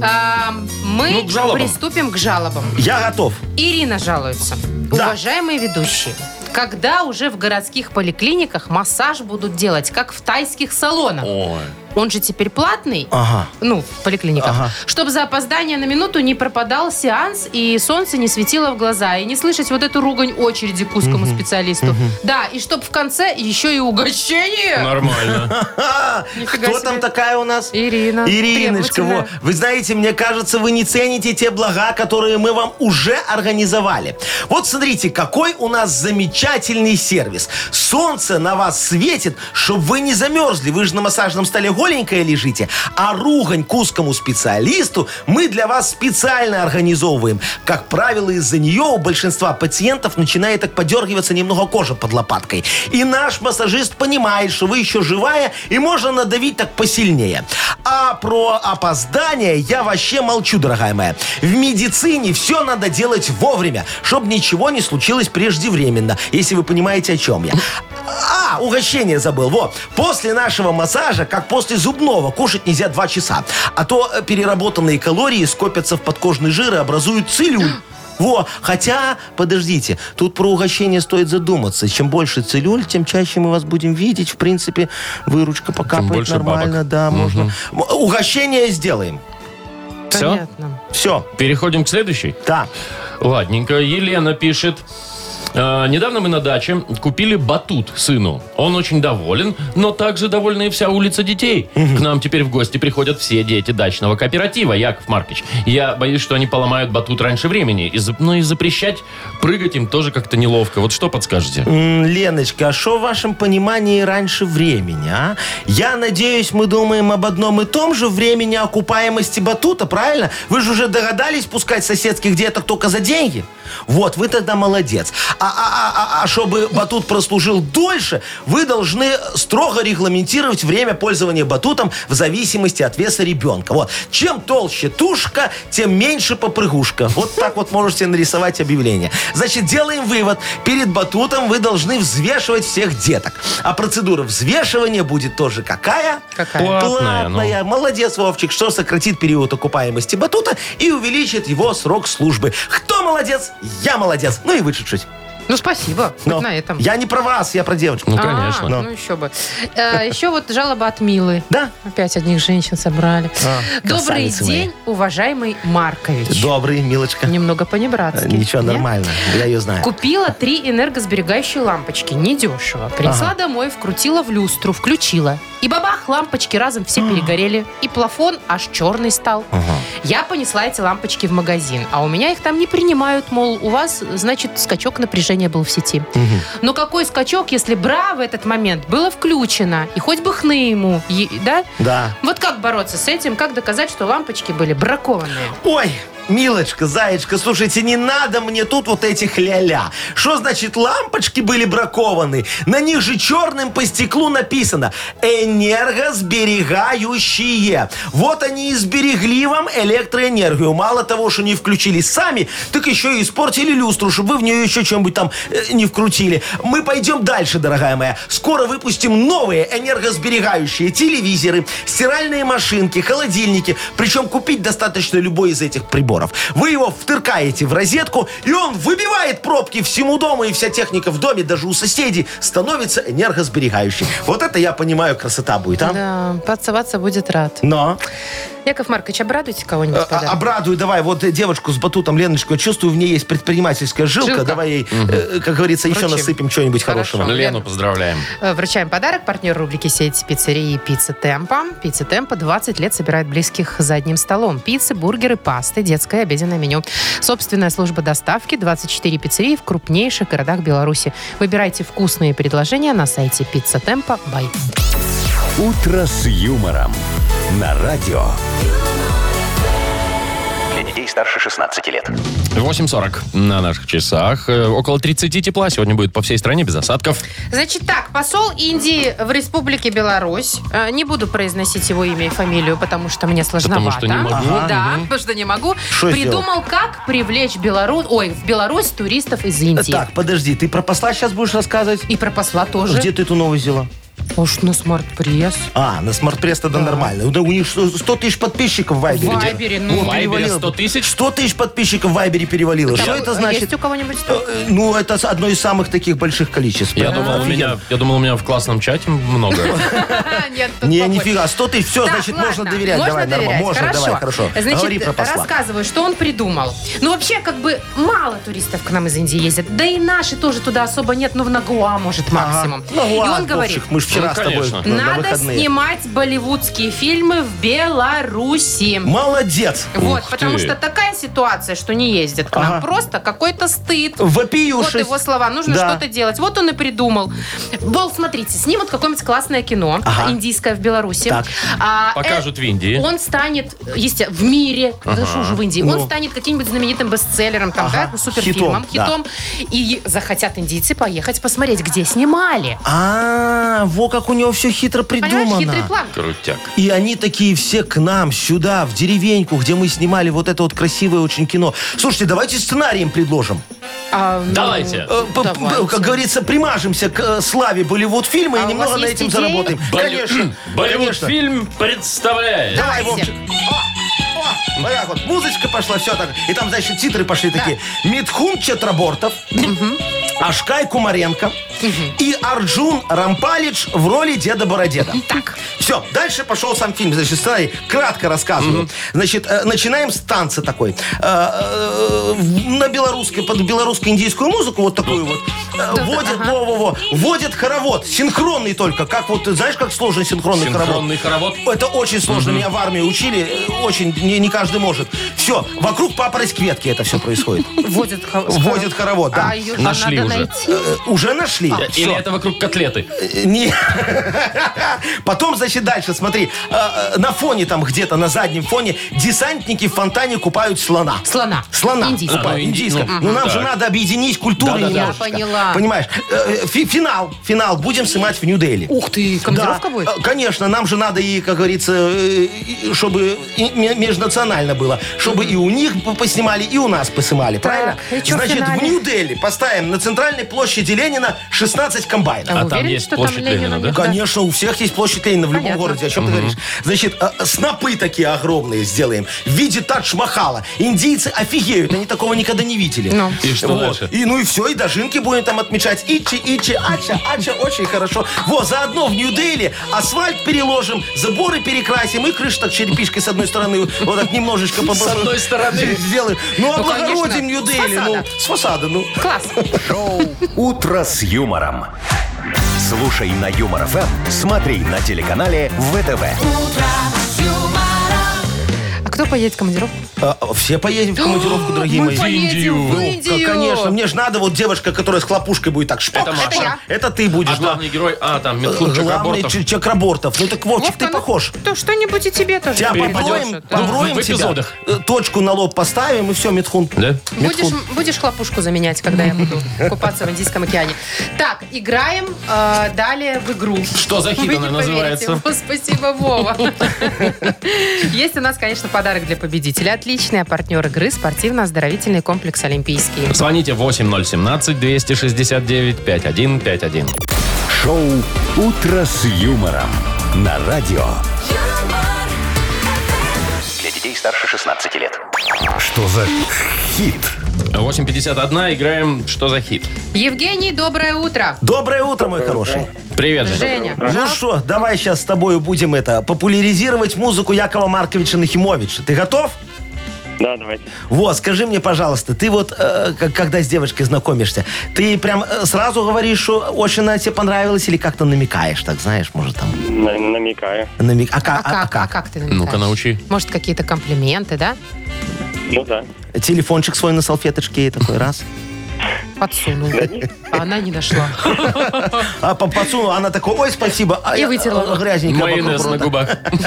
S3: А, Мы
S2: Ну, к жалобам.
S3: приступим к жалобам.
S4: Я готов.
S3: Ирина жалуется.
S4: Да.
S3: Уважаемые ведущие, когда уже в городских поликлиниках массаж будут делать, как в тайских салонах?
S2: Ой.
S3: Он же теперь платный.
S2: А.
S4: Ага.
S3: Ну, в поликлиниках.
S4: Ага.
S3: Чтобы за опоздание на минуту не пропадал сеанс, и солнце не светило в глаза, и не слышать вот эту ругань очереди к узкому специалисту. Да, и чтобы в конце еще и угощение.
S2: Нормально.
S4: Ха!
S3: Нифига
S4: А, Кто
S3: себе.
S4: там такая у нас?
S3: Ирина.
S4: Ириночка,
S3: Требовательная.
S4: во. вы знаете, мне кажется, вы не цените те блага, которые мы вам уже организовали. Вот смотрите, какой у нас замечательный сервис. Солнце на вас светит, чтобы вы не замерзли. Вы же на массажном столе голенькая лежите. А ругань к узкому специалисту мы для вас специально организовываем. Как правило, из-за нее у большинства пациентов начинает так подергиваться немного кожа под лопаткой. И наш массажист понимает, что вы еще живая, и можно надавить так посильнее. А про опоздание я вообще молчу, дорогая моя. В медицине все надо делать вовремя, чтобы ничего не случилось преждевременно, если вы понимаете, о чем я. А, угощение забыл. Во, после нашего массажа, как после зубного, кушать нельзя 2 часа. А то э, переработанные калории скопятся в подкожный жир и образуют целлюль. Во, хотя, подождите, тут про угощение стоит задуматься. Чем больше целюль, тем чаще мы вас будем видеть. В принципе, выручка покапает
S2: больше
S4: нормально,
S2: бабок.
S4: да, можно. М, Угощение сделаем.
S2: Все?
S3: Понятно.
S4: Все,
S2: Переходим к следующей.
S4: да.
S2: Ладненько. Елена пишет. «Э, Недавно мы на даче купили батут сыну. Он очень доволен, но также довольна и вся улица детей. К нам теперь в гости приходят все дети дачного кооператива, Яков Маркович. Я боюсь, что они поломают батут раньше времени. И, за- ну и запрещать прыгать им тоже как-то неловко. Вот что подскажете?
S4: М, Леночка, а что в вашем понимании раньше времени, а? Я надеюсь, мы думаем об одном и том же времени окупаемости батута, правильно? Вы же уже догадались пускать соседских деток только за деньги? Вот, вы тогда молодец. А, а- а- а- а чтобы батут прослужил дольше, вы должны строго регламентировать время пользования батутом в зависимости от веса ребенка. Вот. Чем толще тушка, тем меньше попрыгушка. Вот так вот можете нарисовать объявление. Значит, делаем вывод. Перед батутом вы должны взвешивать всех деток. А процедура взвешивания будет тоже какая?
S3: Какая?
S2: Платная, ну.
S4: Платная. Молодец, Вовчик, что сократит период окупаемости батута и увеличит его срок службы. Кто молодец? Я молодец. Ну и вы чуть-чуть.
S3: Ну, спасибо. Хоть
S4: Но
S3: на этом.
S4: Я не про вас, я про девочку.
S2: Ну,
S3: А,
S2: конечно.
S3: ну еще бы. Э, еще вот жалоба от Милы.
S4: Да?
S3: Опять одних женщин собрали. Добрый
S4: красавицы мои.
S3: день, уважаемый Маркович.
S4: Добрый, милочка.
S3: Немного
S4: Э,
S3: понебратски.
S4: Ничего,
S3: Нет?
S4: нормально. Я ее знаю.
S3: Купила три энергосберегающие лампочки, недешево. Принесла домой, вкрутила в люстру, включила. И бабах, лампочки разом все перегорели. И плафон аж черный стал. Я понесла эти лампочки в магазин, а у меня их там не принимают, мол, у вас, значит, скачок напряжения был в сети. Но какой скачок, если бра в этот момент было включено, и хоть бы хны ему, е- да?
S4: Да.
S3: Вот как бороться с этим, как доказать, что лампочки были бракованные?
S4: Ой, милочка, заячка, слушайте, не надо мне тут вот этих ля-ля. Что значит лампочки были бракованы? На них же черным по стеклу написано «энергосберегающие». Вот они и сберегли вам электроэнергию. Мало того, что не включили сами, так еще и испортили люстру, чтобы вы в нее еще чем-нибудь там э, не вкрутили. Мы пойдем дальше, дорогая моя. Скоро выпустим новые энергосберегающие телевизоры, стиральные машинки, холодильники. Причем купить достаточно любой из этих приборов. Вы его втыркаете в розетку, и он выбивает пробки всему дому, и вся техника в доме, даже у соседей, становится энергосберегающей. Вот это, я понимаю, красота будет, а?
S3: Да, подсоваться будет рад.
S4: Но.
S3: Яков Маркович, обрадуйте кого-нибудь
S4: Э,
S3: подарком.
S4: а- Обрадуй, давай, вот э, девочку с батутом, Леночку, я чувствую, в ней есть предпринимательская жилка.
S3: Жилка.
S4: Давай ей, э, как говорится, еще
S3: Вручим.
S4: насыпем чего-нибудь
S3: Хорошо.
S4: хорошего.
S2: Лену поздравляем.
S3: Э, Вручаем подарок партнер рубрики «Сеть пиццерии Пицца Темпа». Пицца Темпа 20 лет собирает близких за одним столом. Пиццы, бургеры, пасты, детское обеденное меню. Собственная служба доставки 24 пиццерии в крупнейших городах Беларуси. Выбирайте вкусные предложения на сайте «Пицца Темпа». Бай.
S1: «Утро с юмором» на радио.
S6: Для детей старше 16 лет.
S2: 8.40 на наших часах. Э, Около 30 тепла сегодня будет по всей стране, без осадков.
S3: Значит так, посол Индии в Республике Беларусь. Э, Не буду произносить его имя и фамилию, потому что мне сложновато.
S2: что не могу. Ага.
S3: Да, потому что не могу.
S4: Что
S3: Придумал, как привлечь Белару... Ой, в Беларусь туристов из Индии.
S4: Так, подожди, ты про посла сейчас будешь рассказывать?
S3: И про посла тоже.
S4: Где ты эту новость взяла?
S3: Уж на смарт-пресс.
S4: А, на смарт-пресс тогда нормально. Да у них что, 100 тысяч подписчиков в
S3: В
S4: Вайбере.
S3: Вайбере,
S2: В
S3: ну.
S2: Вайбере
S4: перевалило.
S2: 100 тысяч?
S4: 100 тысяч подписчиков в Вайбере перевалило. Что
S3: Там
S4: это значит?
S3: Есть у кого-нибудь
S4: Э,
S3: что?
S4: э, Ну, это с- одно из самых таких больших количеств.
S2: Я
S4: Прям
S2: думал, у
S4: офигенно.
S2: меня, я думал, у меня в классном чате много.
S3: <laughs> Нет, тут
S4: Не,
S3: побольше.
S4: нифига, 100 тысяч, все,
S3: Так,
S4: значит,
S3: ладно.
S4: можно доверять.
S3: Можно
S4: давай,
S3: доверять.
S4: нормально, можно,
S3: хорошо.
S4: давай, хорошо.
S3: Значит,
S4: Говори про посла.
S3: рассказываю, что он придумал. Ну, вообще, как бы, мало туристов к нам из Индии ездят. Да и наши тоже туда особо нет, ну, в Нагуа, может, максимум.
S4: Ну,
S3: и
S4: ладно,
S3: он говорит,
S4: Вовчик, мы же вчера
S2: Ну,
S4: с тобой
S2: конечно.
S4: на- на
S3: надо
S4: выходные.
S3: снимать болливудские фильмы в Беларуси.
S4: Молодец!
S3: Вот,
S2: Ух
S3: потому
S2: ты.
S3: что такая ситуация, что не ездят к нам.
S4: Ага.
S3: Просто какой-то стыд. Вот
S4: Вопиюшись.
S3: его слова. Нужно
S4: Да.
S3: что-то делать. Вот он и придумал. Бол, смотрите, снимут какое-нибудь классное кино,
S4: Ага.
S3: индийское в Беларуси.
S4: Так.
S3: А, э,
S2: Покажут в Индии.
S3: Он станет, естественно, в мире, потому что уже в Индии, он
S4: Ну.
S3: станет каким-нибудь знаменитым бестселлером, там,
S4: Ага.
S3: да, суперфильмом,
S4: Хитом,
S3: хитом. И захотят индийцы поехать посмотреть, где снимали.
S4: А, во как у него все хитро
S3: Понимаешь, хитрый
S4: придумано.
S3: план.
S2: Крутяк.
S4: И они такие все к нам, сюда, в деревеньку, где мы снимали вот это вот красивое очень кино. Слушайте, давайте сценарием предложим.
S3: А, ну,
S2: Давайте.
S4: Э, п- п-
S3: Давайте.
S4: Как говорится, примажемся к э, славе Болливуд-фильма
S3: А у
S4: и немного
S3: вас
S4: на
S3: есть
S4: этим
S3: идеи?
S4: заработаем.
S2: Болли-
S4: Конечно.
S2: <clears throat> Болливуд
S4: конечно.
S2: фильм представляет.
S4: Давай,
S3: Давайте.
S4: Вовчик. О, Вот так вот, музычка пошла, все так. И там, значит, титры пошли такие. Митхун Четрабортов, Ашкай Кумаренко и Арджун Рампалич в роли деда Бородеда. Так. Все, дальше пошел сам фильм. Значит, сценарий кратко рассказываю. Значит, э, начинаем с танца такой. Э, э, в- На белорусской, под белорусско-индийскую музыку вот такую вот. э, Водят, во-во-во, водят хоровод. Синхронный только. Как вот, ты знаешь, как сложный синхронный хоровод?
S2: Синхронный хоровод.
S4: Это очень сложно. Меня в армии учили. э, Очень. Не, не каждый может. Все. Вокруг папороть кветки это все происходит.
S3: Водит, хо-
S4: Вводит хоровод, да.
S3: А ее же
S2: Нашли
S3: надо
S2: уже.
S3: найти.
S4: Э, Уже нашли.
S3: А,
S4: Всё.
S2: Или это вокруг котлеты.
S4: Э, Не. <laughs> Потом, значит, дальше, смотри. Э, э, На фоне там где-то, на заднем фоне, десантники в фонтане купают слона.
S3: Слона.
S4: Слона.
S3: Индийского.
S4: купают,
S2: А, ну, инди-
S4: индийского.
S2: ну,
S4: Ну, нам
S2: так.
S4: же надо объединить культуры
S2: Да-да-да. Я
S4: немножечко.
S3: поняла.
S4: Понимаешь? Э, э, фи- Финал. Финал. Будем снимать в Нью-Дели.
S3: Ух ты, командировка
S4: Да,
S3: будет?
S4: э, Конечно, нам же надо и, как говорится, э, и- чтобы и ме- межнационально было, чтобы и у них п- поснимали, и у нас поснимали, правильно?
S3: и чё в
S4: Значит,
S3: финале?
S4: в Нью-Дели поставим на центральной площади Ленина 16 комбайнов.
S2: А
S3: Уверен,
S2: там есть
S3: что там
S2: площадь
S3: Ленина
S2: Ленина, да?
S3: нет?
S4: Ну, Конечно, у всех есть площадь Ленина в любом
S3: Понятно.
S4: городе. О чем ты говоришь? Значит, э, э, снопы такие огромные сделаем в виде тадж-махала. Индийцы офигеют, они такого никогда не видели.
S3: Ну.
S2: И что
S4: Вот.
S2: дальше?
S4: И, ну и все, и дожинки будем там отмечать. Ичи, ичи, ача, ача, очень хорошо. Вот, заодно в Нью-Дели асфальт переложим, заборы перекрасим и крыш так черепишкой с одной стороны вот так немножечко побо-
S2: С одной стороны.
S4: <laughs> сделаем. Ну,
S3: Ну, конечно.
S4: облагородим Нью-Дели.
S3: С
S4: ну,
S3: фасада.
S4: с фасада, ну.
S3: Класс.
S1: Шоу «Утро с юмором». Слушай на Юмор ФМ, смотри на телеканале ВТВ.
S3: А кто поедет в командировку?
S4: А, а, все поедем в командировку, дорогие мои.
S3: Мы поедем в
S4: Ну,
S3: Индию.
S4: конечно, мне же надо вот девушка, которая с хлопушкой будет так шпак.
S2: Это Маша.
S4: шпак.
S3: Это я.
S4: Это ты будешь,
S2: А
S4: да.
S2: главный герой, а, там, Медхун
S4: Главный
S2: Чакрабортов.
S4: Чак- Чакрабортов. Ну так, Вовчик, ты
S3: Вовка, ну,
S4: похож.
S3: То что-нибудь и тебе тоже
S4: Тебя
S2: Перепадем.
S4: поброем,
S3: Да.
S4: поброем
S2: В
S4: тебя,
S2: эпизодах.
S4: э, точку на лоб поставим, и все, Медхун.
S2: Да?
S3: Будешь, будешь хлопушку заменять, когда я буду купаться в Индийском океане. Так, играем э, далее в игру.
S2: Что за хит
S3: Вы
S2: она
S3: не поверите.
S2: называется?
S3: Во, Спасибо, Вова. <laughs> Есть у нас, конечно, подарок для победителя. Отличный а партнер игры спортивно-оздоровительный комплекс «Олимпийский».
S2: Звоните 8017-269-5151.
S1: Шоу «Утро с юмором» на радио.
S6: Для детей старше 16 лет.
S1: Что за хит?
S2: 8.51, играем «Что за хит?».
S3: Евгений, доброе утро.
S4: Доброе утро, мой хороший.
S2: Привет, Жень.
S3: Женя.
S4: Ну что, давай сейчас с тобой будем это популяризировать музыку Якова Марковича Нахимовича. Ты готов?
S7: Да, давайте.
S4: Вот, скажи мне, пожалуйста, ты вот, э, к- когда с девочкой знакомишься, ты прям э, сразу говоришь, что очень она тебе понравилась, или как-то намекаешь, так знаешь, может там
S7: Н- намекаю.
S4: намек... А, ка-
S3: А
S4: а- а
S3: как, а
S4: как?
S3: как ты намекаешь?
S2: Ну-ка, научи.
S3: Может, какие-то комплименты, да?
S7: Ну да.
S4: Телефончик свой на салфеточке и такой раз.
S3: Подсунул. А она не
S4: <laughs>
S3: нашла.
S4: А по подсунула, она такой, ой, спасибо. А
S3: И
S4: я,
S3: вытерла.
S4: э, Грязненько вокруг
S2: Майонез на
S4: рта.
S2: губах.
S4: Ну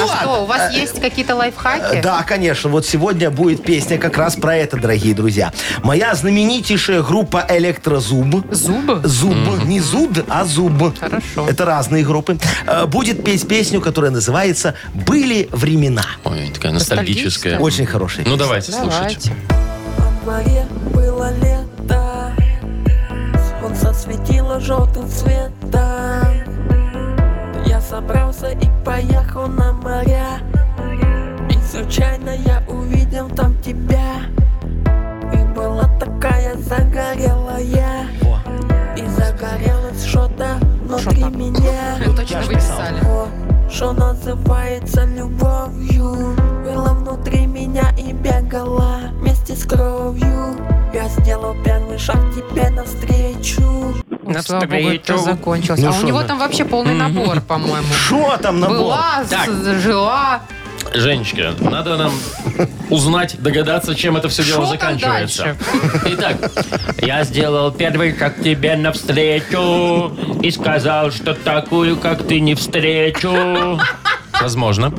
S3: А
S4: ладно.
S3: что, у вас есть какие-то лайфхаки?
S4: Да, конечно. Вот сегодня будет песня как раз про это, дорогие друзья. Моя знаменитейшая группа «Электрозуб».
S3: Зубы?
S4: Зуб. Не зуд, а зуб.
S3: Хорошо.
S4: Это разные группы. Э, Будет петь песню, которая называется «Были времена».
S2: Ой, такая ностальгическая.
S3: Ностальгическая.
S4: Очень хорошая.
S2: Ну, давайте слушать.
S3: Давайте.
S8: море было лето Солнце светило желтым цветом Я собрался и поехал на моря И случайно я увидел там тебя Ты была такая загорелая И загорелось что-то внутри
S3: Что-то.
S8: меня
S3: Точно выписали.
S8: то, что называется любовью Было внутри меня и бегала вместе с кровью Я сделал первый шаг тебе навстречу
S3: Ну, слава богу, это закончилось. а у него там вообще полный набор, по-моему.
S4: Что там набор?
S3: Была, с- жила.
S2: Женечка, надо нам узнать, догадаться, чем это все дело
S3: Шо там
S2: заканчивается. Итак, я сделал первый как тебе навстречу и сказал, что такую, как ты, не встречу. Возможно.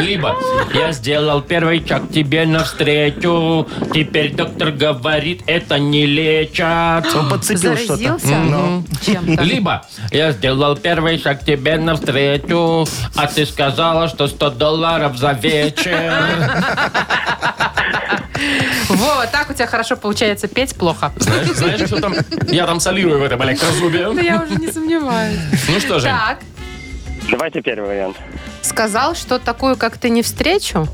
S2: Либо я сделал первый как тебе навстречу. Теперь доктор говорит, это не лечат.
S4: Он подцепил что-то. Ну.
S3: Заразился чем-то.
S2: Либо я сделал первый шаг тебе навстречу, а ты сказала, что 100 долларов за вечер.
S3: Вот, так у тебя хорошо получается петь плохо.
S2: Знаешь, знаешь, что там? Я там солирую в этом
S3: Да
S2: электрозубе.
S3: я уже не сомневаюсь.
S2: Ну что же,
S3: <laughs> Так,
S7: Давайте первый вариант.
S3: сказал, что такую, как ты, не встречу.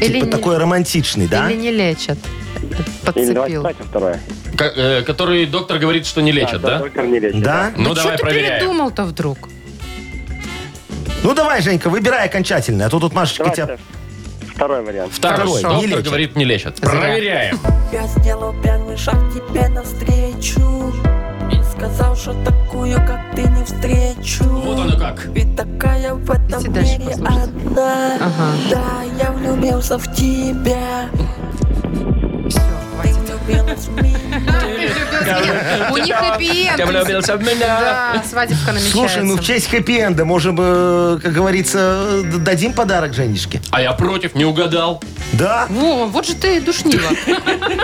S3: Или
S4: типа
S3: не-
S4: такой романтичный, да?
S3: Или не лечат.
S5: Или давайте,
S3: Подцепил.
S5: кстати, второе.
S2: Ко- э, Который доктор говорит, что не лечат, да?
S5: Доктор не лечит.
S4: Да?
S2: Ну,
S3: Что
S2: давай
S3: ты
S2: проверяем.
S3: передумал-то вдруг?
S4: Ну давай, Женька, выбирай окончательный, а то тут Машечка
S5: Давайте
S4: тебя...
S5: Второй вариант.
S2: Второй.
S4: Второй.
S2: Доктор
S4: Не лечат.
S2: говорит, не лечат.
S3: Зря.
S2: Проверяем.
S8: Я сделал первый шаг тебе навстречу И сказал, что такую, как ты, не встречу
S2: Вот оно как.
S8: Ведь такая в этом
S3: Давайте дальше
S8: мире
S3: послушаем.
S8: одна
S3: Ага.
S8: Да, я влюбился в тебя
S3: Все,
S8: Ты
S3: хватит.
S8: влюбилась в меня
S3: У них
S2: Я
S3: хэппи
S2: влюбился в меня.
S3: Да, свадебка намечается.
S4: Слушай, ну в честь хэппи-энда, можем, э, как говорится, э, д- дадим подарок Женечке.
S2: А я против, не угадал.
S4: Да?
S3: Во, вот же ты
S4: <laughs>
S3: душнила.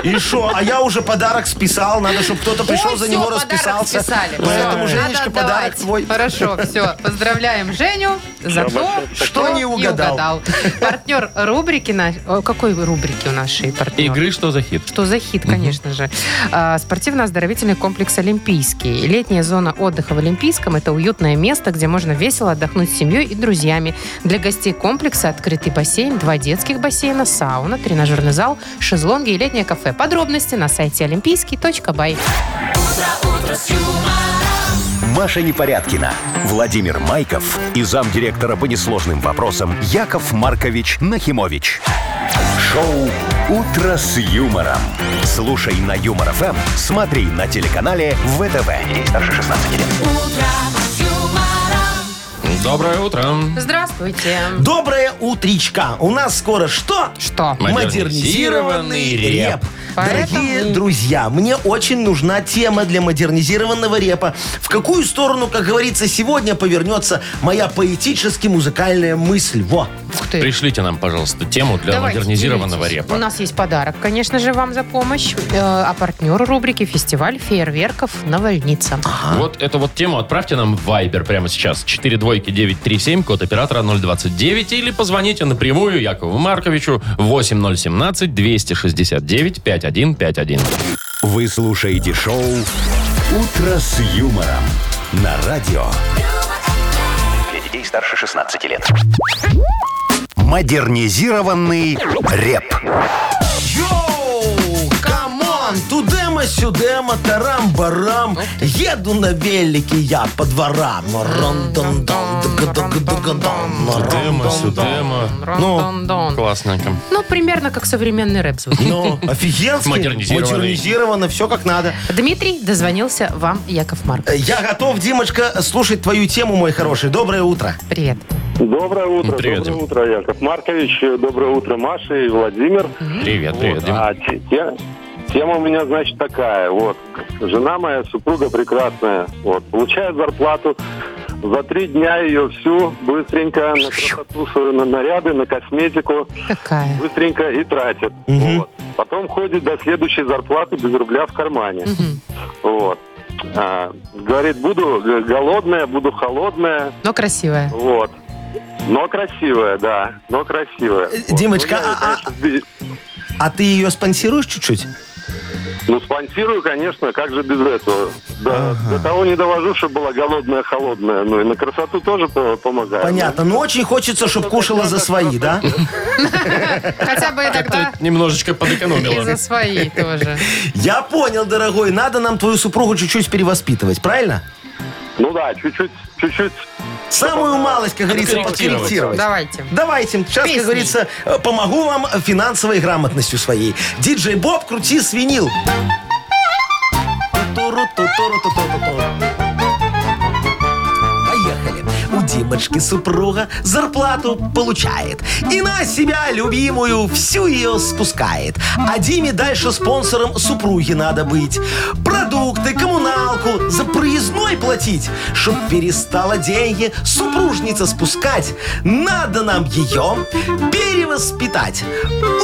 S4: И что? А я уже подарок списал, надо, чтобы кто-то пришел
S3: Ой,
S4: за
S3: всё,
S4: него
S3: подарок
S4: расписался.
S3: списали.
S4: Поэтому,
S3: Всё,
S4: Женечка,
S3: надо
S4: подарок
S3: отдавать.
S4: твой.
S3: Хорошо, все. Поздравляем Женю за то,
S4: Что не угадал.
S3: Партнер рубрики наш... О, Какой рубрики у нашей партнер?
S2: Игры что за хит?
S3: Что за хит, конечно же. А, Спортивно-оздоровительный комплекс «Олимпийский». Летняя зона отдыха в Олимпийском – это уютное место, где можно весело отдохнуть с семьей и друзьями. Для гостей комплекса открытый бассейн, два детских бассейна, сауна, тренажерный зал, шезлонги и летнее кафе. Подробности на сайте олимпийский.бай.
S1: Маша Непорядкина, Владимир Майков и замдиректора по несложным вопросам Яков Маркович Нахимович. Шоу «Утро с юмором». Слушай на Юмор ФМ, смотри на телеканале ВТВ. Ей старше 16 лет.
S2: Доброе утро.
S3: Здравствуйте.
S4: Доброе утречка. У нас скоро что?
S3: Что?
S2: Модернизированный
S4: Модернизированный
S2: реп.
S4: реп.
S3: Поэтому-
S4: Дорогие друзья, мне очень нужна тема для модернизированного репа. В какую сторону, как говорится, сегодня повернется моя поэтически-музыкальная мысль? Во!
S3: Ух ты.
S2: Пришлите нам, пожалуйста, тему для
S3: Давайте,
S2: модернизированного
S3: делитесь. У
S2: репа.
S3: нас есть подарок, конечно же, вам за помощь. Э, А партнер рубрики «Фестиваль фейерверков Навальница».
S2: Вот эту вот тему отправьте нам в Viber прямо сейчас. 4 двойки 937, код оператора 029. Или позвоните напрямую Якову Марковичу 8017-269-5151.
S1: Вы слушаете шоу «Утро с юмором» на радио
S6: Для детей старше 16 лет.
S1: «Модернизированный реп».
S4: Йоу! Камон! Тудема, сюдема, тарам-барам. Еду на велике я по дворам. Рон-дон-дон, дга-дга-дга-дон.
S2: Демо,
S4: Рон-дон-дон.
S2: сюдемо.
S3: Рон-дон-дон.
S2: Классненько.
S3: Ну, примерно как современный рэп
S4: <laughs>
S3: звучит.
S4: Ну, офигенски.
S2: Модернизированный.
S4: Модернизировано, все как надо.
S3: Дмитрий дозвонился вам, Яков Марк.
S4: Э, Я готов, Димочка, слушать твою тему, мой хороший. Доброе утро.
S3: Привет.
S5: Доброе утро,
S2: Привет,
S5: доброе
S2: Дим.
S5: утро, Яков Маркович. Доброе утро, Маша и Владимир.
S2: Привет, привет,
S5: Вот,
S2: Дим.
S5: а те- те- тема у меня, значит, такая. Вот, жена моя, супруга прекрасная, вот, получает зарплату. За три дня ее всю быстренько на красоту, свою, на наряды, на косметику,
S3: Какая?
S5: быстренько и тратит.
S4: Мгм.
S5: Вот. Потом ходит до следующей зарплаты без рубля в кармане.
S3: Мгм.
S5: Вот. А, говорит, буду г- голодная, буду холодная.
S3: Но красивая.
S5: Вот. Но красивая, да. Но красивая.
S4: Э,
S5: Вот.
S4: Димочка,
S5: ну, я,
S4: а-
S5: конечно, сби-
S4: А ты ее спонсируешь чуть-чуть?
S5: ну, спонсирую, конечно, как же без этого. Да, До того не довожу, чтобы была голодная, холодная. Ну и на красоту тоже по- помогаю.
S4: Понятно. Но очень хочется, чтобы кушала за свои, да?
S3: Хотя бы тогда
S2: Как-то немножечко
S3: и за
S2: подэкономила.
S3: свои тоже.
S4: Я понял, дорогой. Надо нам твою супругу чуть-чуть перевоспитывать, правильно?
S5: Ну да, чуть-чуть, чуть-чуть.
S4: Самую малость, как говорится,
S2: Подкорректировать.
S4: подкорректировать.
S3: Давайте.
S4: Давайте, сейчас,
S3: Песни.
S4: как говорится, э, помогу вам финансовой грамотностью своей. Диджей Боб, крути свинил. Ту-ру-ту-ту-ру-ту-ту-ту-ту. Поехали. У Димочки супруга зарплату получает. И на себя любимую всю ее спускает. А Диме дальше спонсором супруги надо быть. Продукты, коммуналку, за проездной платить. Чтоб перестала деньги супружница спускать. Надо нам ее перевоспитать.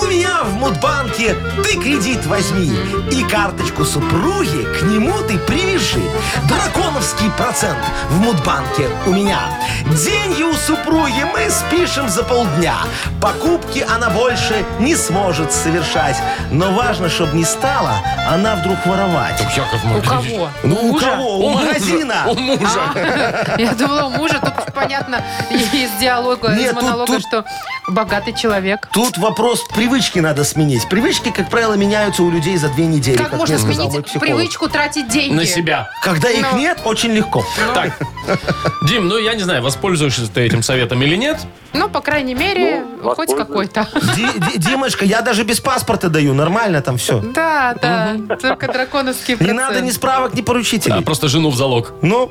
S4: У меня в Мудбанке ты кредит возьми. И карточку супруги к нему ты привяжи. Драконовский процент в Мудбанке у меня. Деньги у супруги мы спишем за полдня. Покупки она больше не сможет совершать. Но важно, чтобы не стала она вдруг воровать.
S2: Яков
S3: У
S2: Маркович.
S3: кого?
S4: Ну, у
S3: мужа?
S4: кого? У магазина.
S2: У мужа.
S3: Я думала, у мужа, тут понятно из диалога, из
S4: Нет, тут-
S3: монолога,
S4: тут-
S3: что богатый человек.
S4: Тут вопрос привычки надо сменить. Привычки, как правило, меняются у людей за две недели.
S3: Как можно
S4: мне сказал мой
S3: сменить
S4: психолог.
S3: привычку тратить
S4: А
S3: деньги?
S2: На себя.
S4: Когда их
S3: Ну.
S4: нет, очень легко.
S2: Так, Дим, ну я не знаю, воспользуешься ты этим советом или нет.
S3: Ну, по крайней мере,
S5: Ну,
S3: хоть
S5: воспользуюсь.
S3: какой-то.
S4: Ди- Ди- Димочка, я даже без паспорта даю, нормально там все.
S3: Да, да, только драконовские
S4: Не
S3: проценты.
S4: надо ни справок, ни
S2: Да,
S4: поручителей.
S2: а просто жену в залог. <laughs>
S4: Ну,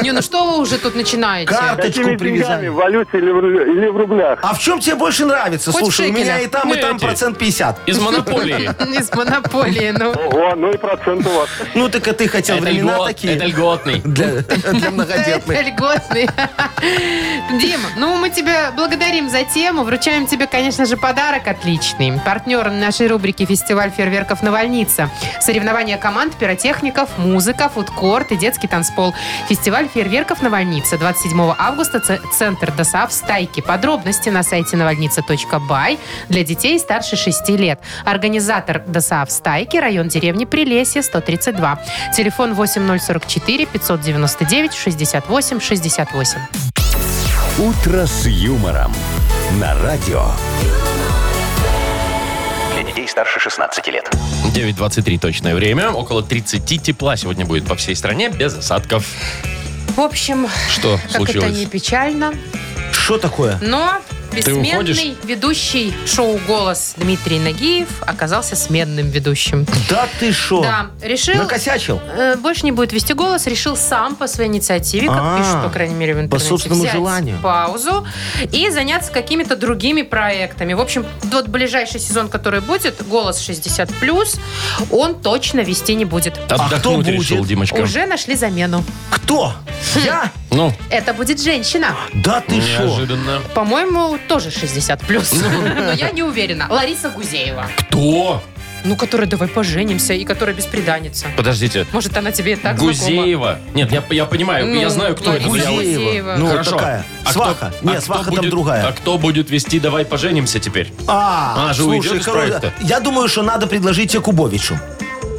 S3: Не, ну что вы уже тут начинаете?
S4: карточку
S5: Какими деньгами,
S4: привязали.
S5: в валюте или в, рубля- или в рублях?
S4: А в чем тебе больше нравится?
S3: Хоть
S4: Слушай, у меня
S3: шекеля.
S4: и там,
S2: Ну,
S4: и там
S2: эти.
S4: процент 50. <laughs>
S2: Из монополии.
S3: Из монополии, ну.
S5: Ого, ну и процент у вас.
S4: Ну, так а ты хотел
S2: Это
S4: времена
S2: льгот-
S4: такие.
S2: это льготный.
S4: Для, <laughs> для
S3: Это
S4: многодетных.
S3: льготный. Дима, ну мы тебя благодарим за тему. Вручаем тебе, конечно же, подарок отличный. Партнер нашей рубрики «Фестиваль фейерверков Навальница». Соревнования команд, пиротехников, музыка, фудкорт и детский танцпол. Фестиваль фейерверков Навальница. 27 августа ц- Центр ДОСАВ «Стайки». Подробности на сайте навальница.бай для детей старше 6 лет. Организатор ДОСАВ «Стайки», район деревни Прилесье, 132. Телефон 8044 599 68 68.
S1: «Утро с юмором» на радио.
S6: Для детей старше 16 лет.
S2: 9.23 точное время. Около 30 тепла сегодня будет по всей стране, без осадков.
S3: В общем,
S2: Что
S3: как это не
S2: случилось?
S3: печально,
S4: Что такое?
S3: но бессменный
S2: уходишь?
S3: ведущий шоу «Голос» Дмитрий Нагиев оказался сменным ведущим.
S4: Да ты шо?
S3: Да, решил...
S4: Накосячил?
S3: э, Больше не будет вести голос, решил сам по своей инициативе, как
S4: А,
S3: пишут, по крайней мере, в интернете,
S4: собственному
S3: взять
S4: желанию.
S3: паузу и заняться какими-то другими проектами. В общем, тот ближайший сезон, который будет, голос 60 он точно вести не будет.
S4: А кто
S2: Отдохнуть
S4: будет?
S2: решил, Димочка.
S3: Уже нашли замену.
S4: Кто?
S3: Хм.
S4: Я?
S2: Ну,
S3: Это будет женщина.
S4: Да ты шо?
S2: неожиданно.
S3: По-моему, тоже 60 плюс. Ну, <laughs> Но я не уверена. Лариса Гузеева.
S2: Кто?
S3: Ну, которая давай поженимся и которая бесприданница.
S2: Подождите.
S3: Может, она тебе и так знакома.
S2: Гузеева. Нет, я, я понимаю,
S3: Ну,
S2: я знаю, кто это.
S3: Лариса
S2: Я-
S3: Гузеева.
S4: Ну, вот
S2: Хорошо.
S4: такая.
S2: А кто- а
S4: Сваха. Нет,
S2: кто
S4: сваха там
S2: будет-
S4: другая.
S2: А кто будет вести «Давай поженимся» теперь?
S4: А,
S2: Она же
S4: слушай,
S2: уйдет из
S4: хоро-
S2: проекта.
S4: Я думаю, что надо предложить Якубовичу.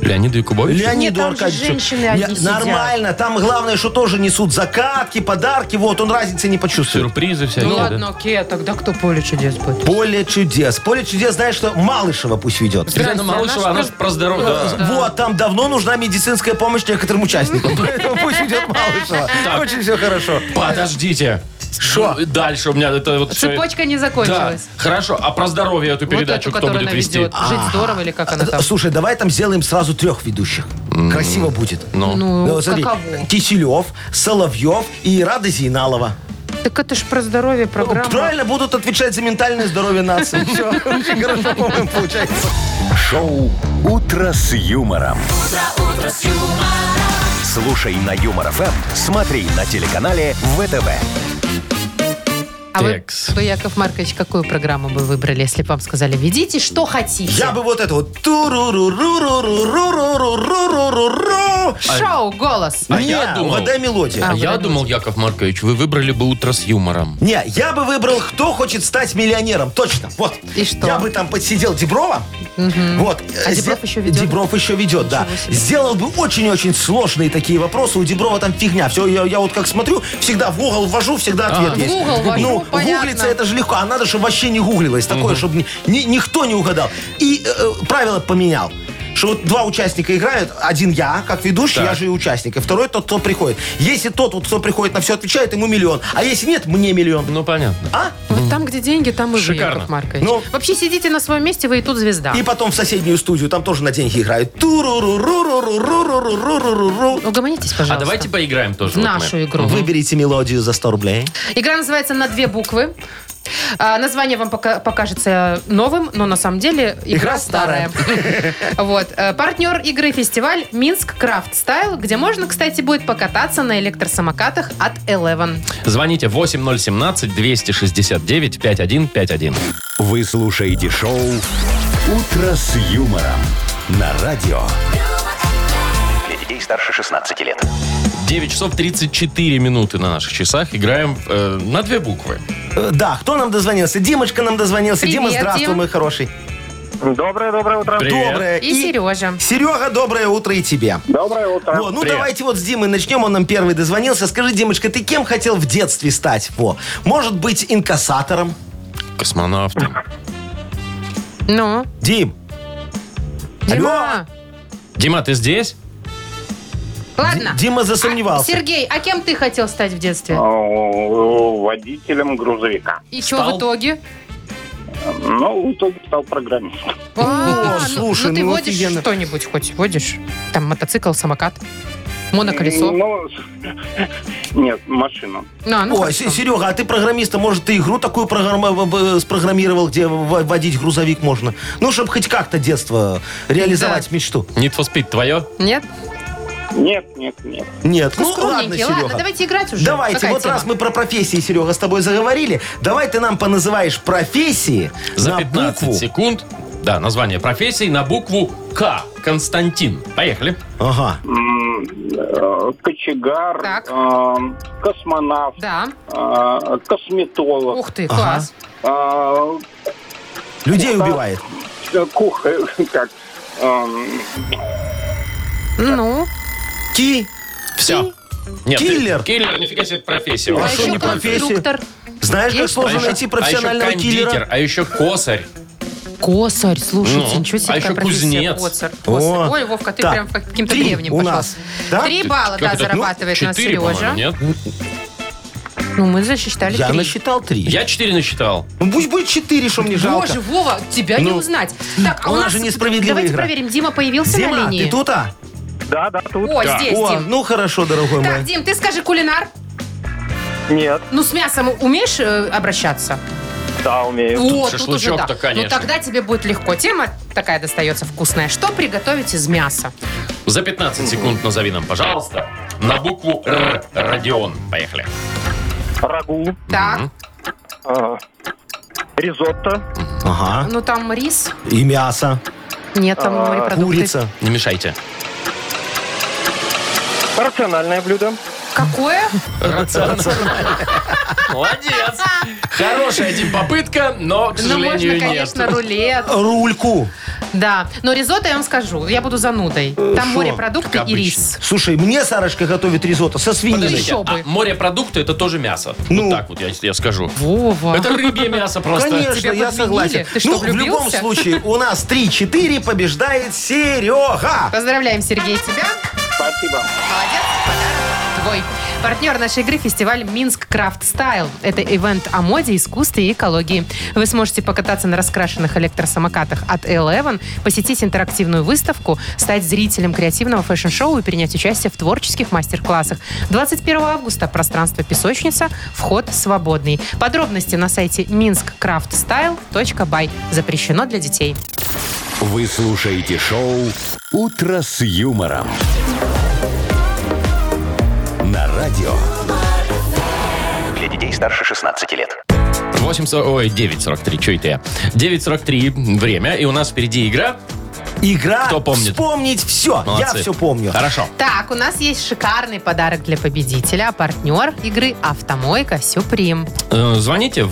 S2: Леониду Якубовичу?
S4: Леониду
S3: там же
S4: Аркадьевичу.
S3: женщины одни
S4: Не,
S3: сидят.
S4: Нормально. Там главное, что тоже несут закатки, подарки. Вот, он разницы не почувствует.
S2: Сюрпризы всякие,
S3: Ну
S2: да?
S3: ладно, окей, а тогда кто поле чудес будет?
S4: Поле чудес. Поле чудес, знаешь, что Малышева пусть ведет.
S2: Елена
S3: Здрасте,
S2: Малышева,
S3: она
S2: она
S3: ж
S2: ж про здоровье. да.
S4: Вот, там давно нужна медицинская помощь некоторым участникам. Поэтому пусть идет Малышева.
S2: Так.
S4: Очень все хорошо.
S2: Подождите.
S4: Шо?
S2: Ну, Дальше у меня это вот... всё-
S3: Цепочка не
S2: Да,
S3: закончилась.
S2: хорошо. А про здоровье эту
S3: Вот
S2: передачу
S3: эту,
S2: кто
S3: которую
S2: будет
S3: она
S2: вести? А.
S3: ведет. Жить здорово или <laughs> как она там?
S4: Слушай, давай там сделаем сразу трех ведущих. Красиво будет.
S2: Ну,
S4: Ну,
S3: Ну,
S4: вот смотри,
S3: каково?
S4: Киселев, Соловьев и Рада Зейналова.
S3: Так это ж про здоровье программа.
S4: Правильно будут отвечать за ментальное здоровье
S3: <laughs>
S4: нации. Все, очень хорошо, по-моему, получается.
S1: Шоу «Утро с юмором». Слушай на Юмор ФМ, смотри на телеканале ВТВ.
S3: А вы
S2: Текс.
S3: бы, Яков Маркович, какую программу бы выбрали, если бы вам сказали, ведите, что хотите?
S4: Я бы вот это вот... туру-ру-ру-ру-ру-ру-ру-ру-ру-ру-ру.
S3: Шоу «Голос».
S2: А
S4: Не,
S2: я думал-
S4: вода мелодия.
S2: а
S3: А,
S2: я
S3: подождите.
S2: думал, Яков Маркович, вы выбрали бы утро с юмором.
S4: Не, я бы выбрал, кто хочет стать миллионером. Точно. Вот.
S3: И что?
S4: Я бы там подсидел Деброва. Вот.
S3: А
S4: Э,
S3: Дебров
S4: сде-
S3: еще ведет?
S4: Дебров еще ведет, да.
S3: Ничего себе.
S4: Сделал бы очень-очень сложные такие вопросы. У Деброва там фигня. Все, я, я вот как смотрю, всегда в угол ввожу, всегда ответ
S2: А.
S4: есть.
S3: В угол ввожу,
S4: ну,
S3: понятно.
S4: гуглиться это же легко. А надо, чтобы вообще не гуглилось. Такое, чтобы ни- ни- никто не угадал. И э, э, правило поменял. Что вот два участника играют, один я, как ведущий, я же и участник, и второй тот, кто приходит. Если тот, вот, кто приходит на все отвечает, ему миллион. А если нет, мне миллион.
S2: Ну, понятно.
S4: А?
S3: Вот там, где деньги, там и вы,
S2: Шикарно.
S3: Яков Маркович.
S4: Ну.
S3: Вообще сидите на своем месте, вы и тут звезда.
S4: И потом в соседнюю студию, там тоже на деньги играют. Туру-ру-ру-ру-ру-ру-ру-ру-ру-ру.
S3: Угомонитесь,
S2: А
S3: пожалуйста.
S2: давайте поиграем тоже. вот мы.
S3: нашу игру.
S4: Выберите мелодию за 100 рублей.
S3: Игра называется на две буквы. А, название вам пока- покажется новым, но на самом деле игра,
S4: Игра старая.
S3: <laughs> вот. Э, Партнер игры фестиваль Минск Крафт Стайл, где можно, кстати, будет покататься на электросамокатах от Eleven.
S2: Звоните 8017-269-5151.
S1: Вы слушаете шоу «Утро с юмором» на радио.
S6: Для детей старше 16 лет.
S2: 9 часов 34 минуты на наших часах. Играем э, на две буквы.
S4: Э, Да, кто нам дозвонился? Димочка нам дозвонился.
S3: Привет,
S4: Дима, здравствуй,
S3: Дим.
S4: мой хороший.
S5: Доброе, доброе утро.
S2: Привет.
S4: Доброе.
S3: И, Сережа.
S4: Серега, доброе утро и тебе.
S5: Доброе утро.
S4: Во, ну
S2: Привет.
S4: давайте вот с Димой начнем, он нам первый дозвонился. Скажи, Димочка, ты кем хотел в детстве стать? Во. Может быть, инкассатором?
S2: Космонавты.
S3: Ну,
S4: Дим,
S3: Дима.
S2: Дима, ты здесь?
S3: Ладно.
S4: Дима засомневался.
S3: Сергей, а кем ты хотел стать в детстве?
S5: А,
S9: Водителем грузовика.
S3: И что в итоге?
S9: Ну, в итоге стал программистом.
S3: А,
S4: О, слушай,
S3: ну ты
S4: ну
S3: водишь
S4: офигенно.
S3: что-нибудь хоть? Водишь? Там мотоцикл, самокат, моноколесо.
S9: Ну, <laughs> нет, машину.
S3: На, ну
S4: Ой,
S3: хорошо.
S4: Се- Серега, а ты программиста, может, ты игру такую программа- б- спрограммировал, где в- водить грузовик можно? Ну, чтобы хоть как-то детство реализовать мечту.
S2: Need for Speed твое?
S3: Нет?
S9: Нет, нет, нет.
S4: Нет, ну ладно,
S3: Скромненький.
S4: Серега.
S3: Ладно, давайте играть уже.
S4: Давайте,
S3: Какая
S4: вот
S3: тема?
S4: раз мы про профессии, Серега, с тобой заговорили, давай ты нам поназываешь профессии
S2: За
S4: на
S2: 15
S4: букву.
S2: секунд. Да, название профессии на букву К. Константин. Поехали.
S4: Ага.
S9: М, э, Кочегар,
S3: Так.
S9: эм, космонавт,
S3: Да.
S9: э, косметолог,
S3: Ух ты,
S4: Ага.
S3: класс.
S9: э,
S4: Людей убивает.
S9: кухарь, <laughs> как... эм,
S3: Ну,
S4: Ки.
S2: Все. Нет, ты-
S4: Киллер.
S2: Киллер, нифига себе профессия.
S3: а
S2: А
S4: что,
S3: еще
S4: не профессия?
S3: конструктор,
S4: Знаешь, как
S3: Есть?
S4: сложно
S2: еще-
S4: найти профессионального
S2: а еще кондитер,
S4: киллера?
S2: а еще косарь.
S3: косарь, слушайте,
S2: Ну,
S3: ничего себе,
S2: а
S3: какая
S2: еще
S3: профессия.
S2: кузнец.
S3: Коцар, косарь.
S4: О.
S3: Ой, Вовка, ты
S4: Так,
S3: прям как- каким-то
S4: три
S3: древним
S4: у
S3: пошел.
S4: нас, да?
S3: Три балла, да,
S2: Как это? Ну,
S3: зарабатывает на
S2: четыре, по-моему,
S3: Сережа.
S2: нет?
S3: Ну, мы засчитали
S4: Я
S3: три.
S4: насчитал три.
S2: Я 4 насчитал.
S4: Ну, пусть будет четыре, что мне жалко.
S3: Боже, Вова, тебя не
S4: Ну,
S3: узнать. Так, а у
S4: у нас
S3: нас...
S4: же несправедливая
S3: Давайте
S4: игра.
S3: проверим, Дима появился на
S4: Дима,
S3: линии?
S4: ты тут, а?
S7: Да, да, тут.
S3: О,
S2: Да.
S3: здесь,
S4: О,
S3: Дим.
S4: ну хорошо, дорогой
S3: Так,
S4: мой.
S3: Дим, ты скажи кулинар.
S7: Нет,
S3: Ну, с мясом умеешь э, обращаться?
S7: да, умею.
S3: О,
S2: шашлычок-то, конечно.
S3: Ну, тогда тебе будет легко. Тема такая достается вкусная. Что приготовить из мяса?
S2: За 15 секунд назови нам, пожалуйста, на букву Р. Родион. Поехали.
S7: Рагу,
S3: Так,
S7: э, ризотто,
S4: Ага.
S3: ну там рис.
S4: И мясо,
S3: Нет, там морепродукты.
S4: курица.
S2: Не мешайте.
S7: рациональное блюдо.
S3: Какое?
S2: Молодец. Хорошая, Дим, попытка, но, к
S3: Ну, можно,
S2: сожалению, нет.
S3: конечно, рулет.
S4: Рульку.
S3: Да. Но ризотто, я вам скажу, я буду занудой. Там
S4: шо?
S3: морепродукты
S2: Как
S3: и рис.
S4: Слушай, мне Сарочка готовит ризотто со свининой.
S2: Подождите,
S3: еще
S2: а
S3: бы.
S2: морепродукты это тоже мясо.
S4: Ну.
S2: Вот так вот я, я
S4: <laughs>
S2: скажу.
S3: Вова.
S2: Это рыбье мясо просто.
S4: Конечно,
S3: Тебя
S4: я
S3: подменили?
S4: согласен.
S3: Ты что,
S4: ну, в любом
S3: влюбился?
S4: случае, у нас 3-4 побеждает Серега.
S3: Поздравляем, Сергей, тебя.
S9: спасибо.
S3: Молодец, подарок твой. Партнер нашей игры – фестиваль «Минск Крафт Стайл». Это ивент о моде, искусстве и экологии. Вы сможете покататься на раскрашенных электросамокатах от Eleven, посетить интерактивную выставку, стать зрителем креативного фэшн-шоу и принять участие в творческих мастер-классах. 21 августа – пространство «Песочница», вход свободный. Подробности на сайте minskcraftstyle.by. Запрещено для детей.
S1: Вы слушаете шоу «Утро с юмором». На радио.
S6: Для детей старше 16 лет.
S2: 8, ой, 9.43, что это я? 9.43 время, и у нас впереди игра.
S4: Игра
S2: Кто помнит?
S4: «Вспомнить все». Я
S2: Молодцы.
S4: все помню.
S2: Хорошо.
S3: Так, у нас есть шикарный подарок для победителя, а партнер игры «Автомойка Сюприм».
S2: Э, Звоните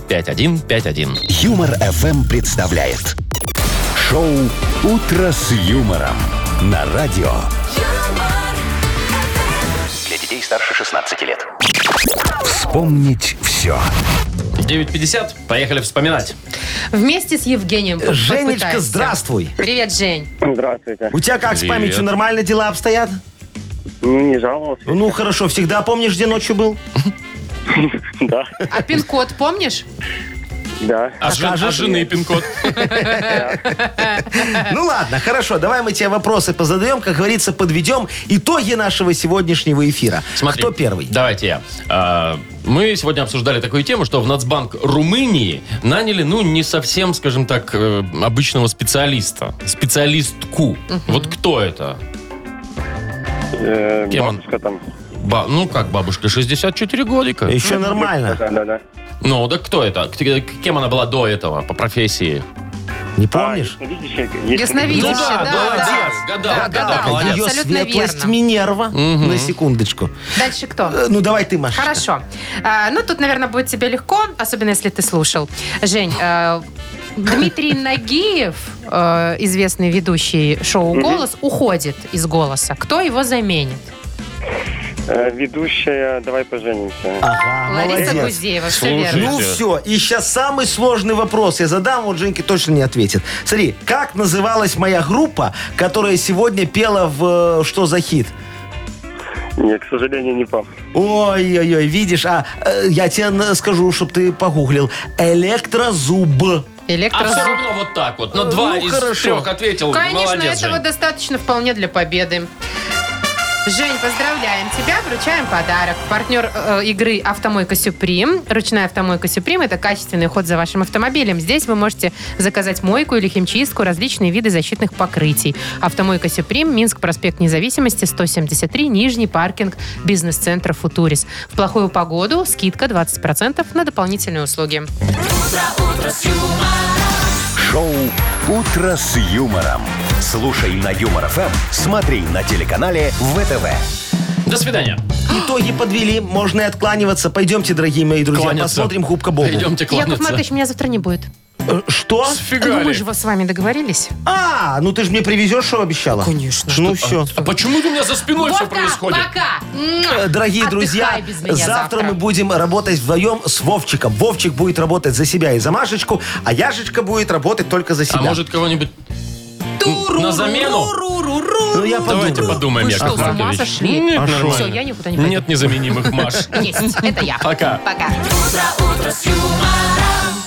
S2: 8017-269-5151.
S1: Юмор FM представляет. Шоу «Утро с юмором». На радио.
S6: Для детей старше 16 лет.
S1: Вспомнить все.
S2: 9.50, поехали вспоминать.
S3: Вместе с Евгением поп-
S4: Женечка,
S3: попытаемся.
S4: здравствуй.
S3: Привет, Жень.
S7: Здравствуйте.
S4: У тебя как с
S2: Привет.
S4: памятью? Нормально дела обстоят?
S7: Не
S9: <laughs>
S7: жаловался.
S4: Ну, хорошо. Всегда помнишь, где ночью был?
S7: Да,
S3: А пин-код помнишь?
S7: да.
S2: А, жен- а жены пин-код?
S4: Ну, ладно, хорошо. Давай мы тебе вопросы позадаем, как говорится, подведем итоги нашего сегодняшнего эфира.
S2: Смотри,
S4: Кто первый?
S2: Давайте я. А, Мы сегодня обсуждали такую тему, что в Нацбанк Румынии наняли, ну, не совсем, скажем так, э, обычного специалиста. Специалистку. Вот кто это?
S9: Э,
S2: Кем он?
S9: бабушка там.
S2: Ба- ну, как бабушка, 64 годика.
S4: Еще нормально.
S9: Да, да, да.
S2: Ну, да кто это? К- к- Кем она была до этого по профессии?
S4: Не помнишь?
S9: А, видишь, я- есть-
S3: Ясновидящая,
S2: Ну да, молодец, гадалка, да, молодец.
S4: Ее
S3: Абсолютно
S4: светлость
S3: верно.
S4: Минерва. На секундочку.
S3: Дальше кто?
S4: Э, Ну, давай ты, Маша.
S3: Хорошо. А, ну, тут, наверное, будет тебе легко, особенно если ты слушал. Жень, э, Дмитрий Нагиев, э, известный ведущий шоу «Голос», уходит из «Голоса». Кто его заменит?
S9: э, ведущая «Давай поженимся».
S4: Ага,
S3: Лариса
S4: молодец.
S3: Гузеева, все
S2: Слушай.
S3: верно.
S4: Ну
S2: Слушайте.
S4: все, и сейчас самый сложный вопрос я задам, вот Женьке точно не ответит. Смотри, как называлась моя группа, которая сегодня пела в э, «Что за хит»?
S9: Нет, к сожалению, не помню.
S4: Ой-ой-ой, видишь, а э, я тебе на- скажу, чтобы ты погуглил. Электрозуб.
S2: А все
S3: Электрозуб.
S2: равно вот так вот. На два
S4: Ну,
S2: из
S4: хорошо.
S2: трех ответил.
S3: Конечно,
S2: ну Молодец,
S3: этого
S2: Жень.
S3: достаточно вполне для победы. Жень, поздравляем тебя, вручаем подарок. Партнер э, игры «Автомойка Сюприм». Ручная «Автомойка Сюприм» — это качественный уход за вашим автомобилем. Здесь вы можете заказать мойку или химчистку, различные виды защитных покрытий. «Автомойка Сюприм», Минск, проспект Независимости, 173, Нижний паркинг, бизнес-центр «Футурис». В плохую погоду скидка 20% на дополнительные услуги.
S1: Шоу «Утро с юмором». Слушай на Юмор ФМ, смотри на телеканале ВТВ.
S2: До свидания.
S4: Итоги подвели, можно и откланиваться. Пойдемте, дорогие мои друзья,
S2: Кланяться.
S4: посмотрим «Губка Бобу».
S2: Идемте
S3: Яков
S2: кланяться. <laughs>
S3: Маркович, меня завтра не будет.
S4: Э, Что?
S2: Сфига
S3: Ну, мы
S2: ли?
S3: же вот с вами договорились.
S4: А, ну ты же мне привезешь, что обещала?
S3: Конечно.
S4: Ну все.
S2: А почему у меня за спиной все
S3: Вовка,
S2: происходит?
S3: пока!
S4: Э, Дорогие
S3: Отдыхай
S4: друзья,
S3: без меня
S4: завтра,
S3: завтра.
S4: мы будем работать вдвоем с Вовчиком. Вовчик будет работать за себя и за Машечку, а Яшечка будет работать только за себя.
S2: А может кого-нибудь на замену?
S4: ну, я
S2: Давайте
S4: подумаю.
S2: подумаем,
S3: Вы
S2: Яков
S3: что, с ума
S2: Маркович.
S3: сошли?
S2: Ну, Нет,
S4: А что?
S2: нормально.
S3: Все, я никуда не пойду. <laughs>
S2: Нет незаменимых Маш.
S3: Есть, это я.
S2: Пока.
S3: Пока.
S8: Утро, утро с юмором.